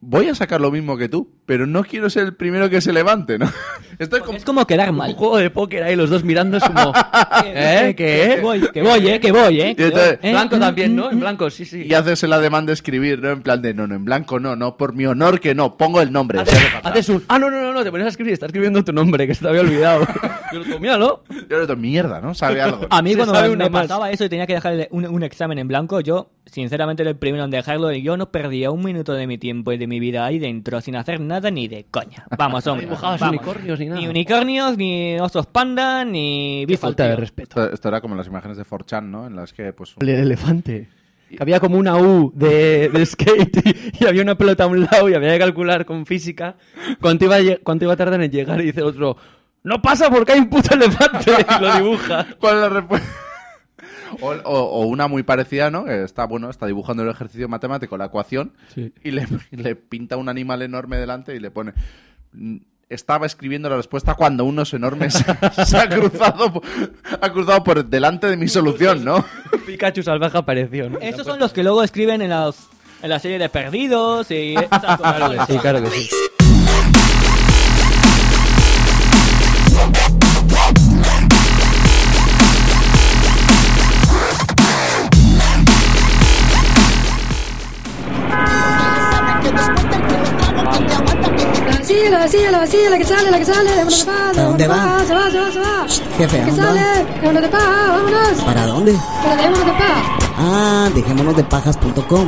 voy a sacar lo mismo que tú, pero no quiero ser el primero que se levante, ¿no? Estoy como... Es como quedar Un mal. juego de póker ahí, los dos mirando es como... ¿Eh? Que ¿Qué? voy, que voy, eh, que voy, eh. Y entonces- Eh, Blanco mm, también, ¿no? mm, En blanco, sí, sí. Y haces la demanda de escribir, ¿no? En plan de, no, no, en blanco no, no, por mi honor que no, pongo el nombre. se deja atrás. Haces un... Ah, no, no, no, no, te pones a escribir, está escribiendo tu nombre, que se te había olvidado. Yo lo digo, míralo. Yo le doy mierda, ¿no? Sabe algo. A mí Se cuando sabe me, una me más. pasaba eso y tenía que dejar el- un, un examen en blanco, yo sinceramente era el primero en dejarlo y yo no perdía un minuto de mi tiempo y de mi vida ahí dentro sin hacer nada ni de coña. Vamos, hombre. dibujabas vamos. unicornios ni nada. unicornios, ni osos panda, ni Qué bifos, falta de tío. respeto. Esto, esto era como las imágenes de 4chan, ¿no? En las que, pues... El elefante. Que había como una U de, de skate y, y había una pelota a un lado y había que calcular con física cuánto iba, a lle- cuánto iba a tardar en llegar y dice el otro, no pasa porque hay un puto elefante y lo dibuja. ¿Cuál es la respuesta? O, o- o una muy parecida, ¿no? Que Está, bueno, está dibujando el ejercicio matemático, la ecuación, Sí. y le, y le pinta un animal enorme delante y le pone... "Mm, Estaba escribiendo la respuesta cuando unos enormes se ha cruzado, po- ha cruzado por delante de mi solución, ¿no? Pikachu salvaje apareció, ¿no? Estos son los que luego escriben en las en la serie de perdidos y esas cosas. Sí, claro que sí. Síguela, síguela, síguela, que sale, la que sale. Vámonos, ¿a dónde va? Se va, se va, se va. Jefe, ¿a que dónde sale, va? vámonos de paja, vámonos. ¿Para dónde? Pero dejémonos de paja. Ah, dejémonos de pajas.com.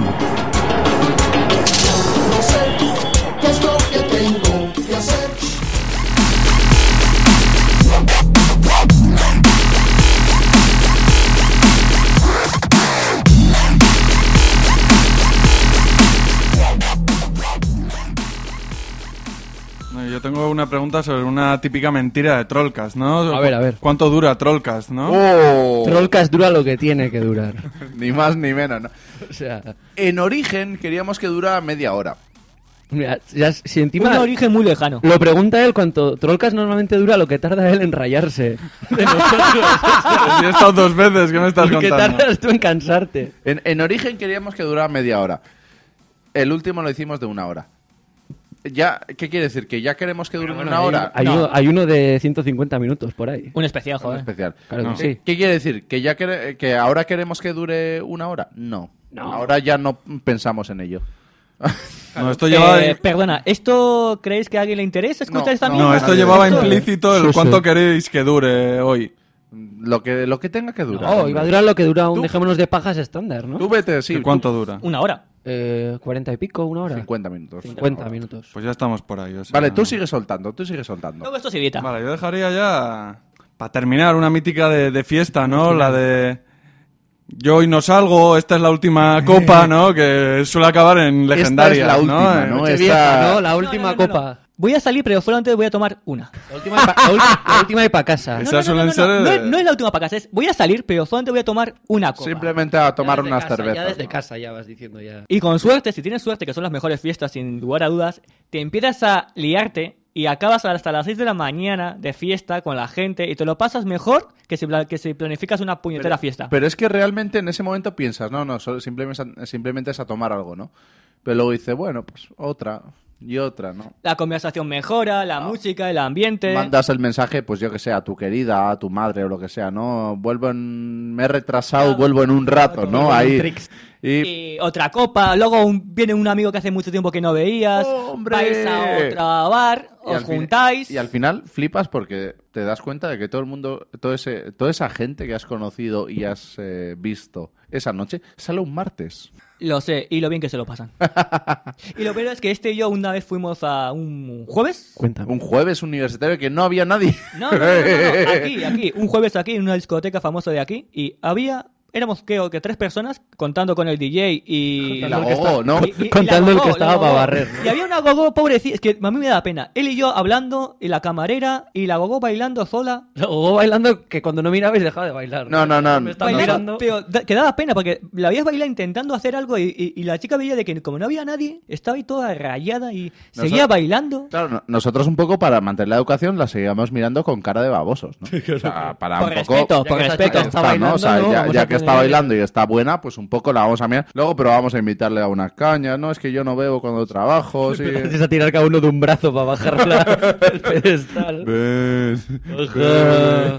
una pregunta sobre una típica mentira de Trollcast, ¿no? A ver, a ver. ¿Cuánto dura Trollcast, no? Uh. Trollcast dura lo que tiene que durar. Oh, Ni más ni menos, ¿no? O sea, En origen queríamos que dura media hora. mira, ya, si encima... Un origen muy lejano. Lo pregunta él cuánto Trollcast normalmente dura lo que tarda él en rayarse. De nosotros. Yo Pues he estado dos veces, ¿qué me estás Lo que contando? tardas tú en cansarte. En, en origen queríamos que durara media hora. El último lo hicimos de una hora. Ya, ¿Qué quiere decir? ¿Que ya queremos que dure Bueno, una hay- hora? Hay, No. uno, hay uno de 150 minutos por ahí. Un especial, joder. especial. Claro que No. sí. ¿Qué quiere decir? ¿Que, ya quere- ¿Que ahora queremos que dure una hora? No. Ahora ya no pensamos en ello. No, esto lleva... Eh, Perdona, ¿esto creéis que a alguien le interesa? ¿Escuchar esta mierda? No, esto llevaba implícito el cuánto queréis que dure hoy. Lo que, lo que tenga que durar. Oh, iba a durar lo que dura un dejémonos de pajas estándar, ¿no? Tú vete, sí. ¿Cuánto dura? Una hora. Eh, 40 y pico, una hora. 50 minutos. 50 minutos. Pues ya estamos por ahí. o sea- Vale, tú sigues soltando, tú sigues soltando. No, esto sí evita. Vale, yo dejaría ya... Para terminar, una mítica de, de fiesta, ¿no? La de... Yo hoy no salgo, esta es la última copa, ¿no? Que suele acabar en legendaria. la última, ¿no? Eh, Pues Esta- Vieja, ¿no? La última copa. Voy a salir, pero solo antes voy a tomar una. La última y pa- la ulti- la última y pa' Ah, casa. Esas No, no, suelen no, ser... no, no es la última para casa, es voy a salir, pero solo antes voy a tomar una copa. Simplemente a tomar Ya desde unas casa, cervezas. Ya desde ¿no? casa ya vas diciendo ya. Y con suerte, si tienes suerte, que son las mejores fiestas sin lugar a dudas, te empiezas a liarte y acabas hasta las 6 de la mañana de fiesta con la gente y te lo pasas mejor que si, pla- que si planificas una puñetera fiesta. Pero es que realmente en ese momento piensas, no, no, solo- simplemente, simplemente es a tomar algo, ¿no? Pero luego dices, bueno, pues otra y otra, ¿no? La conversación mejora, la música, el ambiente. Mandas el mensaje, pues yo que sé, a tu querida, a tu madre o lo que sea, ¿no? Vuelvo en... Me he retrasado, vuelvo en un rato, ¿no? un Ahí. tricks. Y... Y otra copa, luego un- viene un amigo que hace mucho tiempo que no veías, ¡Oh, ¡Hombre! vais a otro bar, y al os fin- juntáis. y al final flipas porque te das cuenta de que todo el mundo, todo ese, toda esa gente que has conocido y has eh, visto esa noche, sale un martes. Lo sé, y lo bien que se lo pasan. y lo peor es que este y yo una vez fuimos a un jueves. Cuéntame. Un jueves universitario que no había nadie. Ah. No, no, no, no, no, aquí, aquí, un jueves aquí, en una discoteca famosa de aquí, y había, éramos creo que tres personas, contando con el DJ y... Y la gogo, ¿no? y- y- y Contando la el gogo, que la estaba gogo. para barrer. Y había una gogo pobrecita, es que a mí me da pena. Él y yo hablando, y la camarera, y la gogo bailando sola. O bailando que cuando no mirabais dejaba de bailar. No, no, no. Me está mirando. Bailando, pero da- que daba pena porque la veías bailar intentando hacer algo y, y- y la chica veía de que como no había nadie, estaba ahí toda rayada y Nosotros- seguía bailando. Claro, no- nosotros un poco para mantener la educación la seguíamos mirando con cara de babosos, ¿no? O sea, para Por un poco... respeto, Ya por que esa respeto. chica está Está, ¿no? O sea, bailando, ya, ¿no? Vamos ya a que está poner- bailando y está buena, pues un poco la vamos a mirar. Luego, pero vamos a invitarle a unas cañas, ¿no? Es que yo no bebo cuando trabajo, sí. Empezáis a tirar cada uno de un brazo para bajar la- el pedestal. Ven. Baja.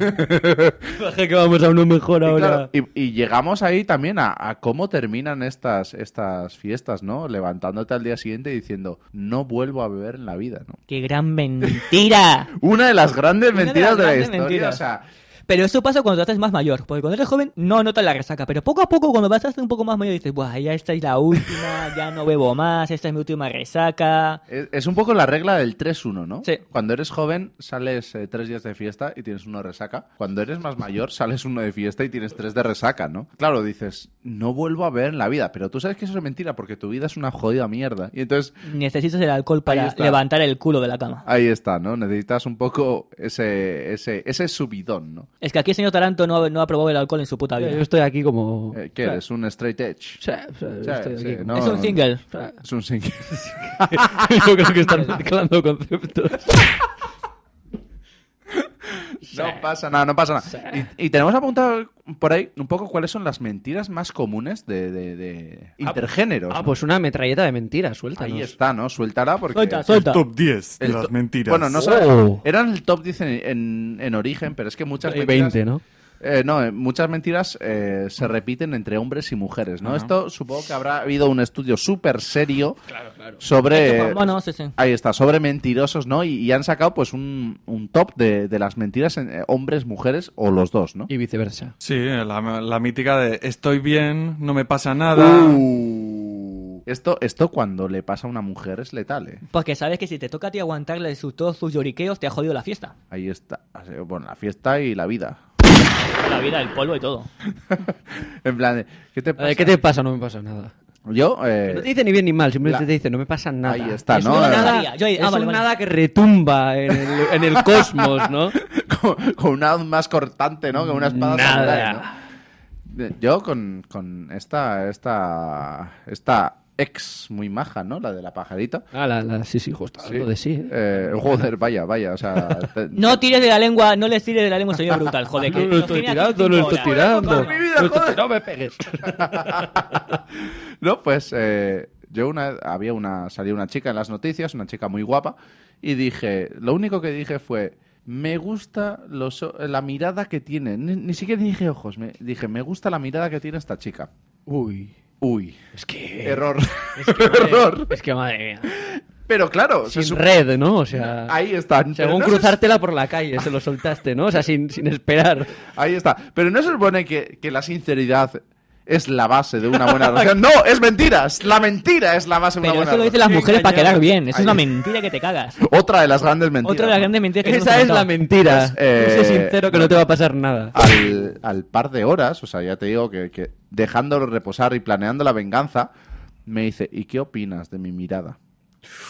Baja que vamos a uno mejor Y, ahora. claro, y- y llegamos ahí también a, a cómo terminan estas, estas fiestas, ¿no? Levantándote al día siguiente y diciendo, no vuelvo a beber en la vida, ¿no? ¡Qué gran mentira! Una de las grandes Una de las mentiras de, grandes la historia. mentiras. O sea, Pero eso pasa cuando te haces más mayor, porque cuando eres joven no notas la resaca, pero poco a poco cuando vas a hacer un poco más mayor dices, Buah, ya esta es la última, ya no bebo más, esta es mi última resaca. es, es un poco la regla del 3-1, ¿no? Sí. Cuando eres joven sales eh, tres días de fiesta y tienes uno de resaca. Cuando eres más mayor sales uno de fiesta y tienes tres de resaca, ¿no? Claro, dices, no vuelvo a beber en la vida, pero tú sabes que eso es mentira porque tu vida es una jodida mierda. Y entonces Necesitas el alcohol Ahí para está. levantar el culo de la cama. Ahí está, ¿no? Necesitas un poco ese, ese, ese subidón, ¿no? Es que aquí el señor Taranto no ha, no ha probado el alcohol en su puta Yo vida. estoy aquí como. Eh, ¿Qué eres? ¿Un straight edge? O sea, o sea, O sea, estoy sí, aquí como- no, es un single. Es un single. Yo creo que están mezclando conceptos. No pasa nada, no pasa nada. Y, y tenemos apuntado por ahí un poco cuáles son las mentiras más comunes de, de, de intergéneros. Ah, ¿no? pues una metralleta de mentiras, suéltanos. Ahí está, ¿no? Suéltala porque... Suelta, suelta. Top 10 de el las to- mentiras. Bueno, no Oh. solo- Eran el top 10 en, en- en origen, pero es que muchas Hay mentiras... 20, ¿no? Eh, no, eh, muchas mentiras eh, se repiten entre hombres y mujeres, ¿no? Esto supongo que habrá habido un estudio súper serio Hecho sobre... por monos, sí, sí. Ahí está, sobre mentirosos, ¿no? Y, y han sacado pues un, un top de, de las mentiras en eh, hombres, mujeres o los dos, ¿no? Y viceversa. Sí, la, la mítica de estoy bien, no me pasa nada. Uh. Esto, esto cuando le pasa a una mujer es letal, ¿eh? Porque sabes que si te toca a ti aguantarle sus, todos sus lloriqueos, te ha jodido la fiesta. Ahí está. Así, Bueno, la fiesta y la vida. La vida, el polvo y todo. En plan, de, ¿qué te A pasa? ver, ¿qué te pasa? No me pasa nada. Yo, eh, No te dice ni bien ni mal, simplemente la- te dice, no me pasa nada. Ahí está, es ¿no? Un La- nada, Yo ahí- ah, es vale, un vale. nada que retumba en el, en el cosmos, ¿no? con, con una hoz más cortante, ¿no? Con una espada Nada. samurai, ¿no? De- Yo con, con esta, esta, esta ex muy maja, ¿no? La de la pajarita. Ah, la, la- sí, sí, ¿eh? justo. Sí. Eh, de sí, joder, vaya, vaya. O sea, te- No tires de la lengua, no les tires de la lengua, soy brutal, joder. Que No lo nos estoy tiene aquí tirando, cinco lo estoy horas. tirando. mi vida, Lo estoy- joder. No me pegues. No, pues eh, yo una había una salió una chica en las noticias, una chica muy guapa y dije, lo único que dije fue me gusta los o- la mirada que tiene, ni, ni siquiera dije ojos, me, dije me gusta la mirada que tiene esta chica. Uy. Uy. Es que... Error. Es que, madre- Error. Es que madre mía. Pero claro, se Sin supo- red, ¿no? O sea... Ahí está. Pero Según no se- cruzártela por la calle, se lo soltaste, ¿no? O sea, sin, sin esperar. Ahí está. Pero no se supone que, que la sinceridad es la base de una buena relación. No, es mentira. Es- La mentira es la base de una Pero buena eso lo dicen las relación. mujeres para quedar bien. Es Ahí. una mentira que te cagas. Otra de las grandes mentiras. Otra de las grandes mentiras que nos Esa han es la contado. mentira. Pues, eh, No sé sincero que no te va a pasar nada. al, al par de horas, o sea, ya te digo que, que dejándolo reposar y planeando la venganza, me dice, ¿y qué opinas de mi mirada?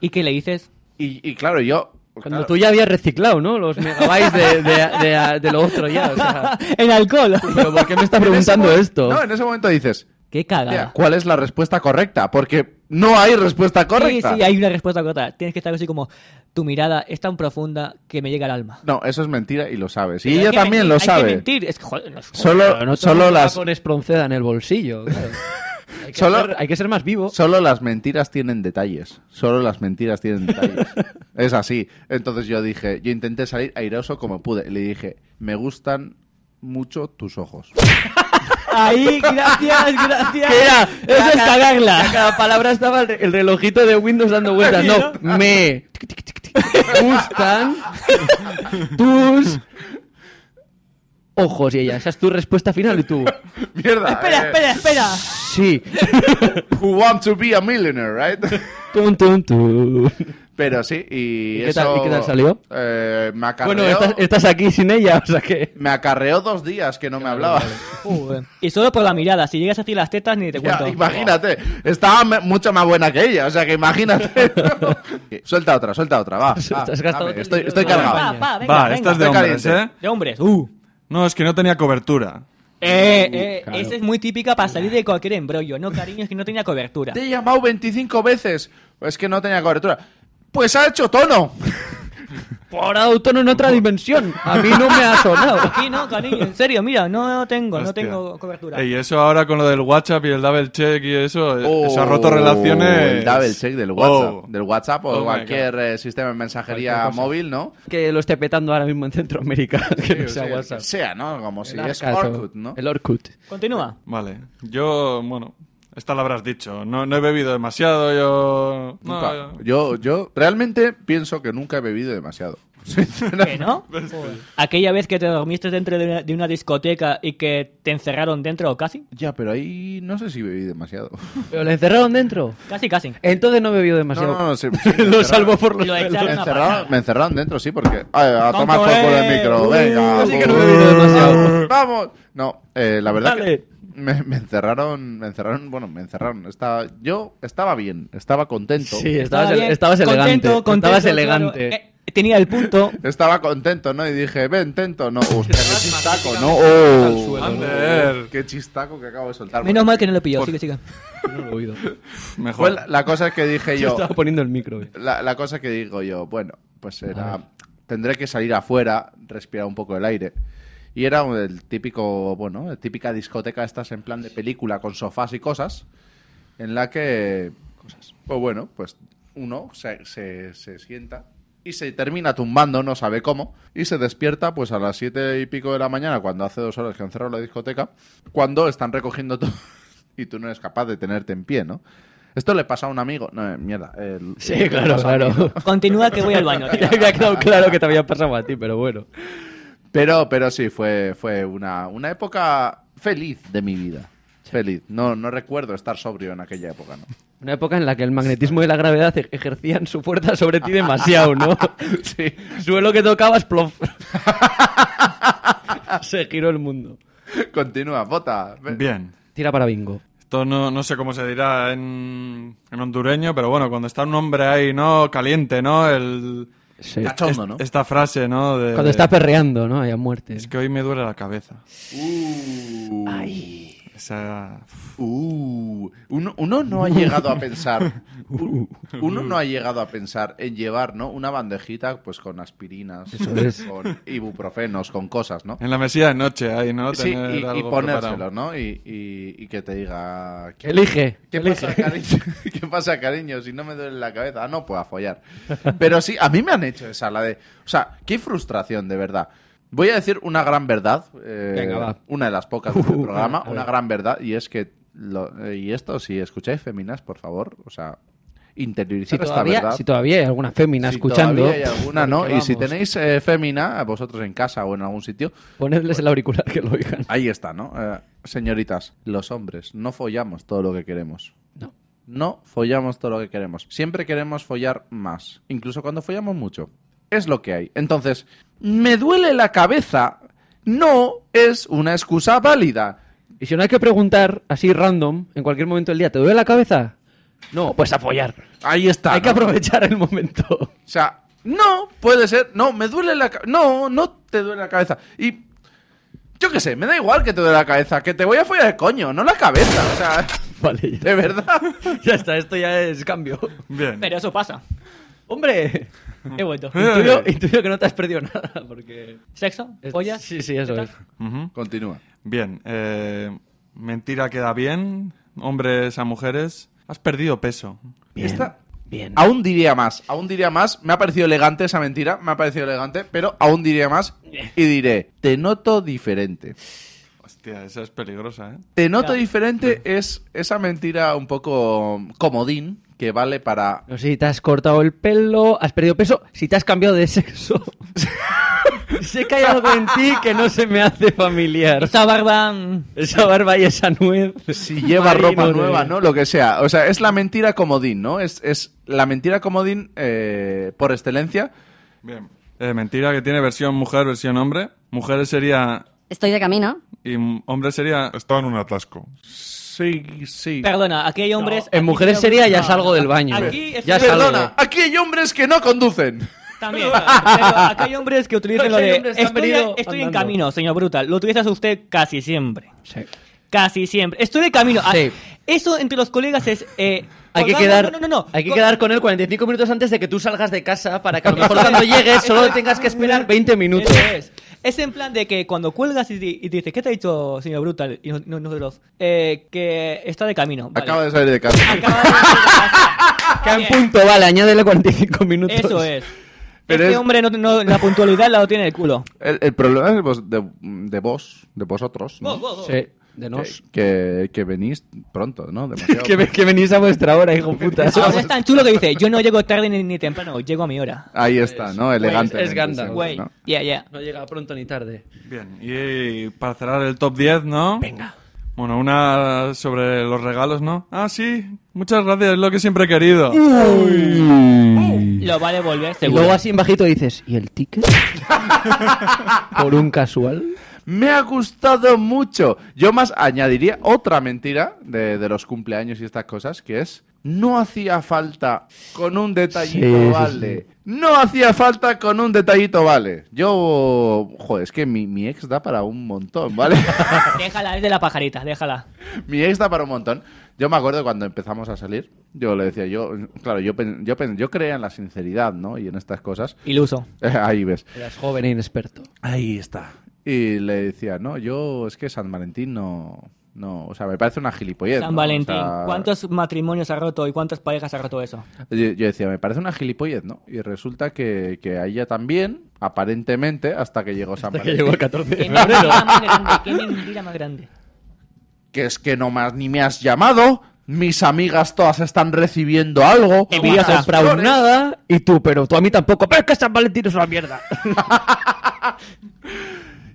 ¿Y qué le dices? Y, y claro, yo... Cuando tú ya habías reciclado, ¿no? Los megabytes de, de, de- de lo otro ya. O sea, El alcohol. ¿pero ¿por qué me estás preguntando esto? No, en ese momento dices, Qué cagada. "Tía, ¿cuál es la respuesta correcta? Porque no hay respuesta correcta. Sí, sí, hay una respuesta correcta. Tienes que estar así como, tu mirada es tan profunda que me llega al alma. No, eso es mentira y lo sabes. Y Pero hay ella que también mentir, lo Hay que sabe. mentir. Es que, joder, no es- Solo, Pero no todo el solo mundo va las, con espronceda en el bolsillo. claro. Hay, que Solo- ser, hay que ser más vivo. Solo las mentiras tienen detalles. Solo las mentiras tienen detalles. es así. Entonces yo dije, yo intenté salir airoso como pude. Le dije, me gustan mucho tus ojos. Ahí, gracias, gracias. Que era- Eso es A cagarla. cada palabra estaba el, re- el relojito de Windows dando vueltas. No, me gustan tus ojos. Y ella, esa es tu respuesta final. Y tú, Mierda. Espera, eh. espera, espera. sí. Who want to be a millionaire, right? Tum, tum, tum. Pero sí, y, ¿Y qué tal- eso, y qué tal salió? eh, me acarreó, Bueno, estás, estás aquí sin ella, o sea que. me acarreó dos días que no me hablaba. Joder. Y solo por la mirada. Si llegas a decir las tetas, ni te Ya, cuento. imagínate, estaba me- mucho más buena que ella, o sea que imagínate. suelta otra, suelta otra, va. va, Te has dame, gastado todo el estoy, dinero estoy de la cargado. Va, va, venga, Va, venga. esta es de Estoy hombres, ¿eh? caliente. De hombres, uh. No, es que no tenía cobertura. Eh, eh, claro. Esa es muy típica para salir de cualquier embrollo, ¿no, cariño? Es que no tenía cobertura. Te he llamado 25 veces. Es que no tenía cobertura. Pues ha hecho tono. Por autónomo en otra dimensión. A mí no me ha sonado. Aquí no, cariño, en serio, mira, no tengo, Pues no Hostia. tengo cobertura. Ey, eso ahora con lo del WhatsApp y el double check y eso, eh, Oh, eso ha roto relaciones. El double check del Oh. WhatsApp. Del WhatsApp Oh o my cualquier eh, sistema de mensajería Cualquier cosa. móvil, ¿no? Que lo esté petando ahora mismo en Centroamérica. Que no Sí, sea el WhatsApp. que sea, ¿no? Como si El es Arcas o- Orkut, ¿no? El Orkut. eh. Continúa. Vale, yo, bueno, esta la habrás dicho. No, no he bebido demasiado, yo... no, Nunca. yo- Yo, yo realmente pienso que nunca he bebido demasiado. ¿Qué no? Joder. Aquella vez que te dormiste dentro de una, de una discoteca y que te encerraron dentro, o casi, ya, pero ahí no sé si bebí demasiado. ¿Pero le encerraron dentro? casi, casi. Entonces no he bebido demasiado. No, no, no, sí, sí, me lo encerraron. salvó por los Lo pelos. echaron Me Una encerraron, pasada. me encerraron dentro, sí, porque. Ah, a Tonto, tomar por culo eh. el micro, Uh, venga. así que no me he bebido demasiado. ¡Vamos! No, eh, la verdad Dale. que me, me encerraron, me encerraron, bueno, me encerraron. Estaba, yo estaba bien, estaba contento. Sí, eh. estabas, Estaba bien, estabas contento, elegante. contento, estabas claro. elegante. Eh, tenía el punto. Estaba contento, ¿no? Y dije, ven, tento, no. Hostia, qué chistaco, ¿no? ¡Oh! Ander. Qué chistaco que acabo de soltar. Menos Bueno, mal que no lo pilló, sigue, sigue. No lo he oído. Mejor. pues la, la cosa es que dije Yo yo, estaba poniendo el micro. eh. la, la cosa que digo yo, bueno, pues era, tendré que salir afuera, respirar un poco el aire. Y era un- el típico, bueno, la típica discoteca estas en plan de película con sofás y cosas, en la que, pues bueno, pues uno se, se- se sienta y se termina tumbando, no sabe cómo, y se despierta pues a las siete y pico de la mañana, cuando hace dos horas que han cerrado la discoteca, cuando están recogiendo todo y tú no eres capaz de tenerte en pie, ¿no? Esto le pasa a un amigo. No, eh, mierda. el- Sí, le claro, pasa a un amigo. claro. Continúa que voy al baño. tío. Ya había quedado claro que te había pasado a ti, pero bueno. Pero, pero sí, fue, fue una, una época feliz de mi vida. Feliz. No, no recuerdo estar sobrio en aquella época, ¿no? Una época en la que el magnetismo y la gravedad ej- ejercían su fuerza sobre ti demasiado, ¿no? Sí. Suelo que tocabas, plof. Se giró el mundo. Continúa, bota. Ve- Bien. Tira para bingo. Esto no, no sé cómo se dirá en, en hondureño, pero bueno, cuando está un hombre ahí, ¿no? Caliente, ¿no? El... Sí. Cachondo, es- ¿no? Esta frase, ¿no? De- Cuando de- está perreando, ¿no? Hay a muerte. Es que hoy me duele la cabeza. Ay. Esa... Uh, uno, uno no ha llegado a pensar. Uh. un- Uno no ha llegado a pensar en llevar, ¿no? Una bandejita, pues con aspirinas, Eso es. con ibuprofenos, con cosas, ¿no? En la mesilla de noche ahí, ¿no? Sí, Tener y- y, algo ponérselo, preparado. ¿no? Y, y- y que te diga... ¿qué, Elige, ¿qué, elige. Pasa, cariño? ¿Qué pasa, cariño? Si no me duele la cabeza. Ah, no, pues a follar. Pero sí, a mí me han hecho esa, la de... O sea, qué frustración, de verdad. Voy a decir una gran verdad. eh, Venga, va. Una de las pocas del programa. a ver. Una gran verdad. Y es que... lo- eh, y esto, si escucháis feminas, por favor, o sea... Si Interiorizar esta todavía, verdad. si todavía hay alguna fémina Si escuchando. todavía hay alguna, ¿no? porque Y si vamos, tenéis eh, fémina, a vosotros en casa o en algún sitio, Ponedles el auricular que lo oigan. Ahí está, ¿no? Eh, señoritas, los hombres no follamos todo lo que queremos. No. No follamos todo lo que queremos. Siempre queremos follar más, incluso cuando follamos mucho. Es lo que hay. Entonces, me duele la cabeza. No es una excusa válida. Y si no hay que preguntar así random, en cualquier momento del día, ¿te duele la cabeza? No, pues a follar. Ahí está. Hay que ¿no? aprovechar el momento. O sea, no, puede ser. No, me duele la cabeza. No, no te duele la cabeza. Y yo qué sé, me da igual que te duele la cabeza. Que te voy a follar el coño, no la cabeza. O sea, Vale, ya, de verdad. ya está, esto ya es cambio. Bien. Pero eso pasa. ¡Hombre! He vuelto. Intuyo, intuyo que no te has perdido nada, porque... ¿Sexo? Es- ¿Pollas? Sí, sí, eso ¿Qué es. Ujú. Continúa. Bien. eh, mentira queda bien. Hombres a mujeres. Has perdido peso. Esta- Bien. Aún diría más, aún diría más. Me ha parecido elegante esa mentira, me ha parecido elegante, pero aún diría más y diré, te noto diferente. Hostia, esa es peligrosa, ¿eh? Te noto Ya. diferente es esa mentira un poco comodín que vale para... No sé si te has cortado el pelo, has perdido peso, si te has cambiado de sexo. sé que hay algo en ti que no se me hace familiar. Esa barba... mm, Esa barba y esa nuez. Si lleva Marino ropa de- nueva, ¿no? Lo que sea. O sea, es la mentira comodín, ¿no? Es, es la mentira comodín eh, por excelencia. Bien. Eh, mentira que tiene versión mujer, versión hombre. Mujeres sería... Estoy de camino. Y m- hombre sería... Estaba en un atasco. Sí, sí. Perdona, aquí hay hombres... En aquí mujeres hay sería ya no, salgo del baño. Aquí es ya Perdona, aquí hay hombres que no conducen. También. Pero acá hay hombres que utilizan Los lo de... hombres han Estoy, venido estoy en andando". camino, señor Brutal. Lo utilizas usted casi siempre. salgo. Casi siempre. Estoy de camino. Ah, Sí. Eso entre los colegas es... eh, Hay que, colgado- quedar, No, no, no. hay que Co- quedar con él 45 minutos antes de que tú salgas de casa para que a lo mejor cuando llegues solo tengas que esperar 20 minutos. Eso es. Es en plan de que cuando cuelgas y, di- y dices, ¿qué te ha dicho señor Brutal? Y no- no- nosotros, eh, que está de camino. Vale. Acaba de salir de casa. Acaba de salir de Que casa. a un punto, vale, añádele 45 minutos. Eso es. Pero este es- hombre no, no- la puntualidad la tiene en el culo. El, el problema es de, vos- de, de vos, de vosotros. ¿no? Sí, de nos. Que, que- que venís pronto, ¿no? Demasiado que, ve- que venís a vuestra hora, hijo puta. Ahora es tan chulo que dice, yo no llego tarde ni, ni temprano, llego a mi hora. Ahí está, ¿no? Elegante. Pues, es Gandalf. Güey, yeah, yeah. No llega pronto ni tarde. Bien. Y, y para cerrar el top 10, ¿no? Venga. Bueno, una sobre los regalos, ¿no? Ah, sí. Muchas gracias, es lo que siempre he querido. Mm. Lo va a devolver Y seguro. luego así en bajito dices, ¿y el ticket? Por un casual. Me ha gustado mucho. Yo más añadiría otra mentira de, de los cumpleaños y estas cosas, que es... No hacía falta con un detallito, Sí, sí, vale. No hacía falta con un detallito, vale. Yo... Joder, es que mi, mi ex da para un montón, ¿vale? Déjala, es de la pajarita, déjala. Mi ex da para un montón. Yo me acuerdo cuando empezamos a salir, yo le decía, yo, claro, yo, pen- yo, pen- yo creía en la sinceridad, ¿no? Y en estas cosas. Iluso. Ahí ves. Eras joven e inexperto. Ahí está. Y le decía, no, yo es que San Valentín no. No, o sea, me parece una gilipollez. San ¿no? O Valentín. sea, ¿Cuántos matrimonios ha roto y cuántas parejas ha roto eso? Yo, yo decía, me parece una gilipollez, ¿no? Y resulta que, que a ella también, aparentemente, hasta que llegó San Que Valentín. llegó el 14 de Qué febrero. mentira más grande, qué mentira más grande. Que es que no más ni me has llamado, mis amigas todas están recibiendo algo. Te Había Guasa. comprado Flores. nada y tú, pero tú a mí tampoco. Pero es que San Valentín es una mierda.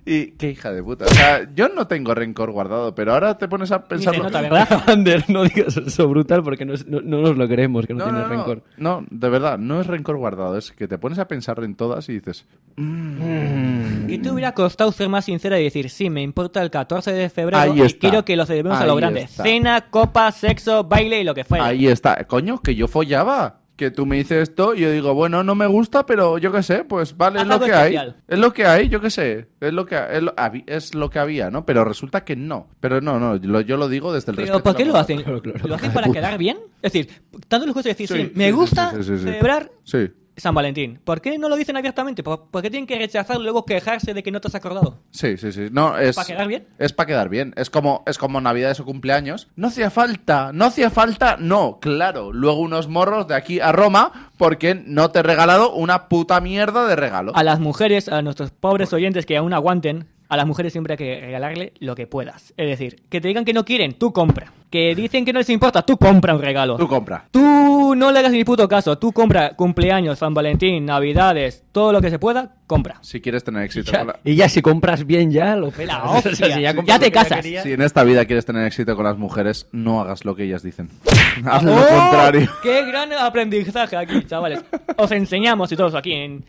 Y qué hija de puta. O sea, yo no tengo rencor guardado, pero ahora te pones a Ni pensar. se nota, ¿verdad? Ander, no digas eso brutal porque no, es- no- no nos lo creemos, que no, No, tienes no, no. rencor. No, de verdad, no es rencor guardado, es que te pones a pensar en todas y dices, Y tú hubiera costado ser más sincera y decir, sí, me importa el 14 de febrero Ahí y está. quiero que lo celebremos a lo Ahí grande. está. Cena, copa, sexo, baile y lo que fuera. Ahí está. Coño, que yo follaba. Que tú me dices esto y yo digo, bueno, no me gusta, pero yo qué sé, pues vale, Haz es lo algo que especial. hay. Es lo que hay, yo qué sé. Es lo que, es lo, habi- es lo que había, ¿no? Pero resulta que no. Pero no, no, lo- yo lo digo desde el Pero respeto ¿por qué lo moral. hacen? ¿Lo hacen para quedar bien? Es decir, tanto les gusta decir, sí, Sí, me sí, gusta sí, sí, sí, sí. celebrar Sí. San Valentín. ¿Por qué no lo dicen abiertamente? ¿Por, por qué tienen que rechazarlo y luego quejarse de que no te has acordado? Sí, sí, sí. No, es, ¿Para quedar bien? Es para quedar bien. Es como, es como Navidades o cumpleaños. No hacía falta, no hacía falta, no, claro. Luego unos morros de aquí a Roma porque no te he regalado una puta mierda de regalo. A las mujeres, a nuestros pobres oyentes que aún aguanten, a las mujeres siempre hay que regalarle lo que puedas. Es decir, que te digan que no quieren, tú compra. Que dicen que no les importa, tú compra un regalo. Tú compra. Tú no le hagas ni puto caso. Tú compra cumpleaños, San Valentín, Navidades, todo lo que se pueda, compra. Si quieres tener éxito Ya- con la- y ya si compras bien ya, lo pelas. La hostia. O sea, si Ya compras te lo que casas. querías- Si en esta vida quieres tener éxito con las mujeres, no hagas lo que ellas dicen. Haz lo ¡Oh! contrario. ¡Qué gran aprendizaje aquí, chavales! Os enseñamos y todos aquí en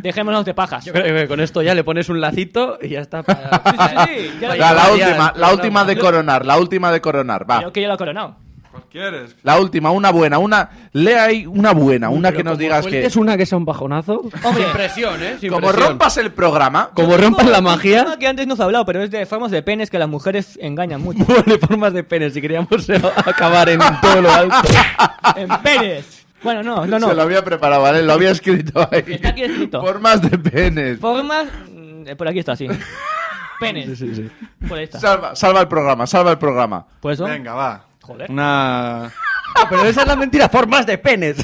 Dejémonos de pajas. Yo creo que con esto ya le pones un lacito y ya está. para- Sí, sí, ya- Venga, la Vaya, última, la no, última de no. coronar, la última de coronar, va. Creo que ya lo he coronado. ¿Quieres? La última, una buena, una. Lea ahí una buena, una que nos digas que. Es una que sea un bajonazo. Hombre, presión, ¿eh? Como rompas el programa. Como rompas la Un magia. tema que antes nos ha hablado, pero es de formas de penes que las mujeres engañan mucho. De formas de pene, si queríamos eh, acabar en todo lo alto. ¡En penes! Bueno, no, no, no. Se lo había preparado, ¿vale? Lo había escrito ahí. Está aquí escrito. Formas de penes. Formas... mm, eh, Por aquí está, sí. Penes. Por ahí está. Salva, salva el programa, salva el programa. Por eso... Venga, va. Joder. Una... Ah, Pero esa es la mentira, formas de penes.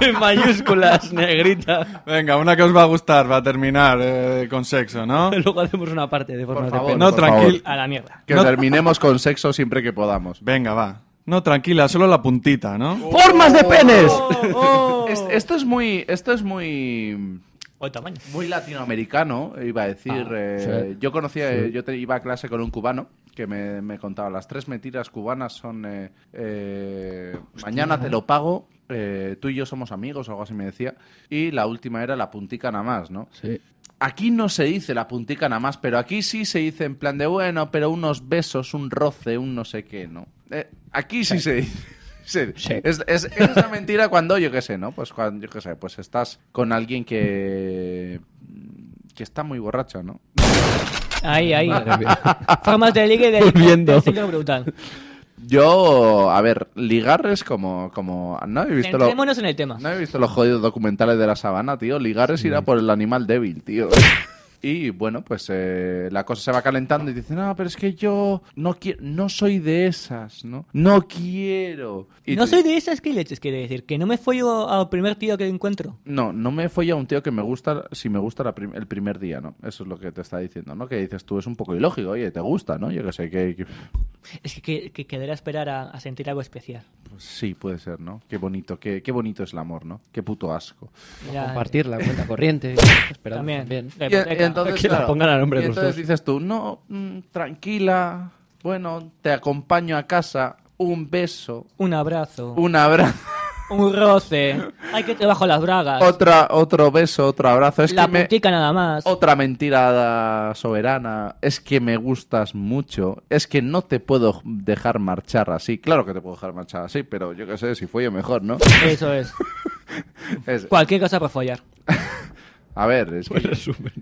en mayúsculas, negrita. Venga, una que os va a gustar, va a terminar eh, con sexo, ¿no? Luego hacemos una parte de formas favor, de penes. No, por favor. tranquil. A la mierda. Que No- terminemos con sexo siempre que podamos. Venga, va. No, tranquila, solo la puntita, ¿no? ¡Formas de penes! Oh. Es- esto es muy. Esto es muy. O el tamaño. muy latinoamericano, iba a decir. eh, Yo conocía, eh, yo te- iba a clase con un cubano que me, me contaba, las tres mentiras cubanas son, eh, eh, mañana te lo pago, eh, tú y yo somos amigos, o algo así me decía, y la última era la puntica nada más, ¿no? Sí. Aquí no se dice la puntica nada más, pero aquí sí se dice en plan de, bueno, pero unos besos, un roce, un no sé qué, ¿no? Eh, aquí sí, se dice. sí. Sí. Es, es, es la mentira cuando, yo qué sé, ¿no? Pues cuando, yo qué sé, pues estás con alguien que... que está muy borracho, ¿no? Ahí, ahí. Madre mía. Formas de ligue de Volviendo. del señor brutal. Yo, a ver, ligar es como... como no, he visto lo, Centrémonos en el tema. no he visto los jodidos documentales de la sabana, tío. Ligar es ir a por el animal débil, tío. Y bueno, pues eh, la cosa se va calentando y dicen, no, pero es que yo no quiero, no soy de esas, ¿no? No quiero. Y No tú- soy de esas que leches, quiere decir. Que no me follo al primer tío que encuentro. No, no me folla un tío que me gusta si me gusta la prim- el primer día, ¿no? Eso es lo que te está diciendo, ¿no? Que dices tú, es un poco ilógico, oye, te gusta, ¿no? Yo que sé, que, que- Es que, que, que quedará a esperar a, a sentir algo especial. pues sí, puede ser, ¿no? Qué bonito, qué, qué bonito es el amor, ¿no? Qué puto asco. Mira, Compartir la cuenta corriente. Esperando También. también. La Y- y entonces, hipoteca. Que la claro, pongan a nombre y de los entonces dos. dices tú, no, mm, tranquila, bueno, te acompaño a casa, un beso, Un abrazo. un abrazo, Un roce. Hay que te bajo las bragas. otra, otro beso, otro abrazo. Es Ah, la que me- puntica nada más. Otra mentira soberana. Es que me gustas mucho. Es que no te puedo dejar marchar así. Claro que te puedo dejar marchar así, pero yo qué sé, si fue yo mejor, ¿no? Eso es. Es- Cualquier cosa para follar. a ver, es que-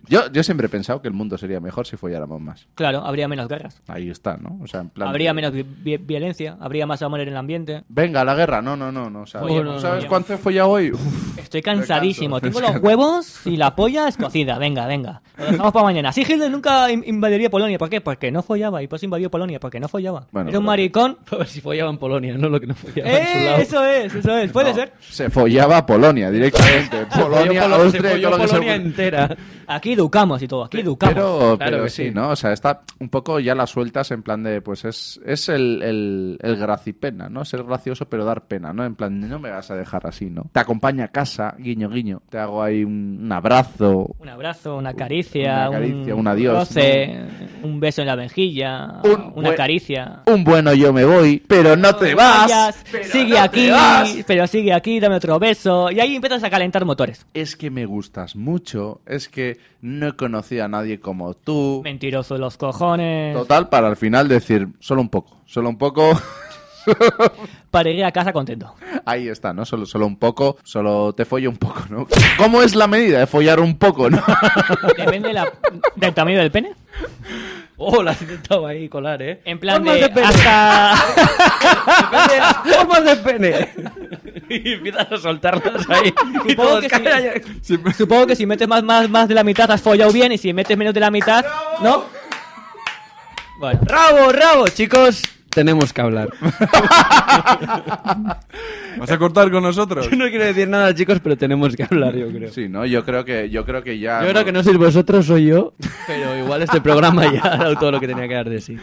yo, yo siempre he pensado que el mundo sería mejor si folláramos más. Claro, habría menos guerras. Ahí está, ¿no? O sea, en plan. Habría menos vi- vi- violencia. Habría más amor en el ambiente. Venga, la guerra. No, no, no, no. o sea, Oye, ¿tú no, ¿Sabes no. cuánto he follado hoy? Uf, Estoy cansadísimo. Descanso. Tengo los huevos y la polla escocida. Venga, venga. Lo dejamos para mañana. Sí, Hitler nunca in- invadiría Polonia. ¿Por qué? Porque no follaba. Y pues invadió Polonia. Porque no follaba. Bueno, Era un pero- maricón. A ver si follaban Polonia, no lo que no follaban en su ¡Eh! lado. Eso es, eso es. Puede no, ser. Se follaba a Polonia directamente. Polonia, Folló Polo- se Austria y folló todo lo que se- Polonia entera. Aquí educamos y todo. Aquí educamos. Pero, pero que sí, sí. ¿no? O sea, está un poco ya la sueltas en plan de, pues es, es el, el, el gracipena, ¿no? Ser gracioso pero dar pena, ¿no? En plan, no me vas a dejar así, ¿no? Te acompaña a casa, guiño, guiño. Te hago ahí un, un abrazo. Un abrazo, una caricia, Una caricia, un, un adiós, roce, un beso en la mejilla, Un una buen- caricia. Un bueno yo me voy, pero no te vas. Vayas, sigue no te aquí, vas. pero sigue aquí, dame otro beso. Y ahí empiezas a calentar motores. Es que me gustas mucho, es que no conocía a nadie como tú. Mentiroso de los cojones. Total, para al final decir, solo un poco, solo un poco. Para ir a casa contento. Ahí está, ¿no? Solo, solo un poco, solo te follo un poco, ¿no? ¿Cómo es la medida de follar un poco, no? Depende de la- del tamaño del pene. Oh, la has intentado ahí colar, ¿eh? En plan Formas de, de pene. hasta... ¡Formas de pene! y empiezas a soltarlas ahí. Y Supongo todos que, caen allá. si, supongo que si metes más, más, más de la mitad has follado bien y si metes menos de la mitad, ¿no? Bueno. ¡Rabo, rabo! Chicos, tenemos que hablar. ¿Vas a cortar con nosotros? Yo no quiero decir nada, chicos, pero tenemos que hablar, yo creo. Sí, ¿no? Yo creo que, yo creo que ya... Yo creo que no sois vosotros, soy yo. Pero igual este programa ya ha dado todo lo que tenía que dar de sí.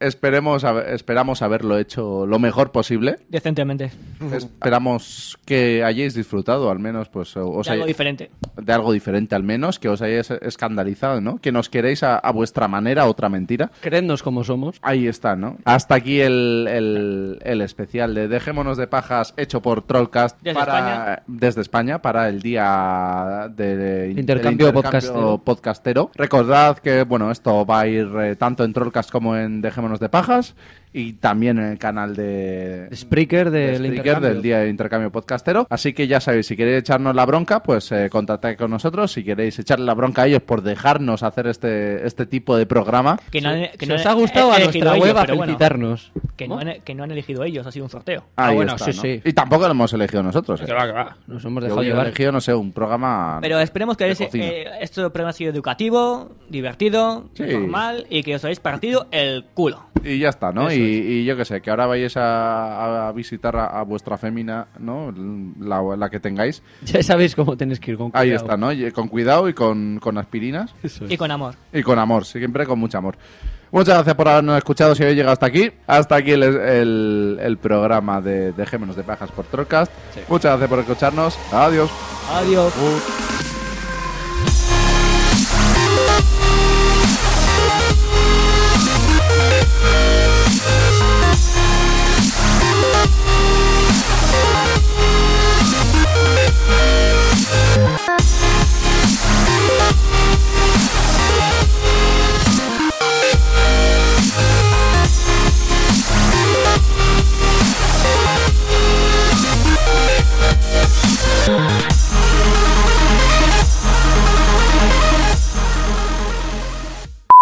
Esperemos, a- esperamos haberlo hecho lo mejor posible. Decentemente. Esperamos que hayáis disfrutado, al menos, pues... o- Os De algo haya- diferente. de algo diferente, al menos, que os hayáis escandalizado, ¿no? Que nos queréis a, a vuestra manera, otra mentira. Creednos como somos. Ahí está, ¿no? Hasta aquí el, el- el especial de Dejémonos de Pajas hecho por Trollcast Desde para, desde España para el día de Intercambio del podcastero. podcastero. Recordad que, bueno, esto va a ir eh, tanto en Trollcast como en Dejémonos de Pajas y también en el canal de... Spreaker de del Spreaker intercambio. del día de intercambio podcastero. Así que ya sabéis, si queréis echarnos la bronca, pues eh, contactad con nosotros. Si queréis echarle la bronca a ellos por dejarnos hacer este, este tipo de programa. Que no, han- que Si no os han ha gustado, a elegido nuestra ellos, web a pero bueno, felicitarnos. que, no han, e- que no han elegido ellos, ha sido un sorteo. Ah, Ahí Ah, bueno, está, sí, ¿no? sí. Y tampoco lo hemos elegido nosotros. eh. Que va, que va. Ah, Nos hemos Yo dejado hubiera llevar. elegido, no sé, un programa. Pero esperemos que de ese- cocina. eh, este programa ha sido educativo, divertido, Sí. normal y que os habéis partido el culo. Y ya está, ¿no? Y, y yo qué sé, que ahora vayáis a, a visitar a, a vuestra fémina, ¿no? La, la que tengáis. Ya sabéis cómo tenéis que ir con Ahí cuidado. está, ¿no? Y eh, con cuidado y con, con aspirinas. Y con amor. Y con amor, siempre con mucho amor. Muchas gracias por habernos escuchado si habéis llegado hasta aquí. Hasta aquí el, el- el programa de Dejémonos de Pajas por Trollcast. Muchas gracias por escucharnos. Adiós. Adiós.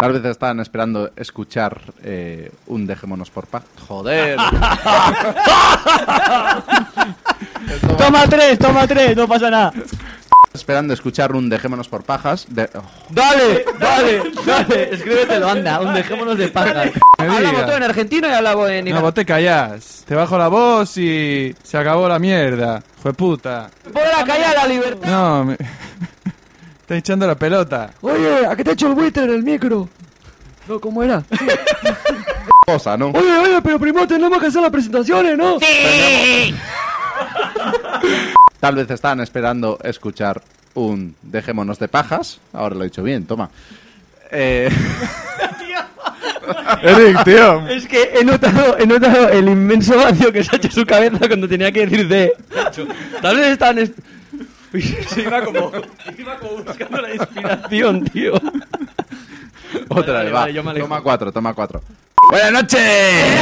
Tal vez estaban esperando escuchar eh, un Dejémonos por Paz. Joder. Toma tres, toma tres, no pasa nada. esperando escuchar un Dejémonos por Pajas. De... oh, Dale, dale, dale. Escríbetelo, anda. Un dejémonos de paja. Me Hablamos digas. todo en argentino y hablamos en No, vos te callás. Te bajo la voz y se acabó la mierda. Fue puta. Por la calle a la libertad. No, me... Está echando la pelota. Oye, ¿a qué te ha hecho el buitre en el micro? No, ¿cómo era? Cosa, ¿no? Oye, oye, pero primero tenemos que hacer las presentaciones, ¿no? Sí. Tal vez estaban esperando escuchar un Dejémonos de Pajas. Ahora lo he dicho bien, toma. Eh... Eric, tío. Es que he notado, he notado el inmenso vacío que se ha hecho su cabeza cuando tenía que decir de. Tal vez estaban. est- Uy, se iba como, iba como buscando la inspiración, tío. Otra Vale, vez, vale, yo va. me alejo. toma cuatro, toma cuatro. ¡Buenas noches!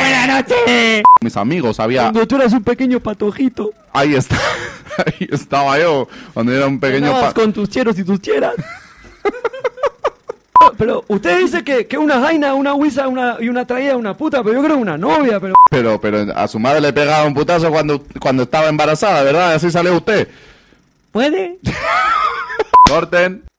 ¡Buenas noches! Mis amigos, había... Cuando tú eras un pequeño patojito, Ahí está. Ahí estaba yo, cuando era un pequeño... andabas pa- con tus cheros y tus cheras. Pero usted dice que, que una jaina, una huisa una, y una traída una puta, pero yo creo una novia, pero... Pero, pero a su madre le pegaba un putazo cuando, cuando estaba embarazada, ¿verdad? Así salió usted. ¿Puede? Corten.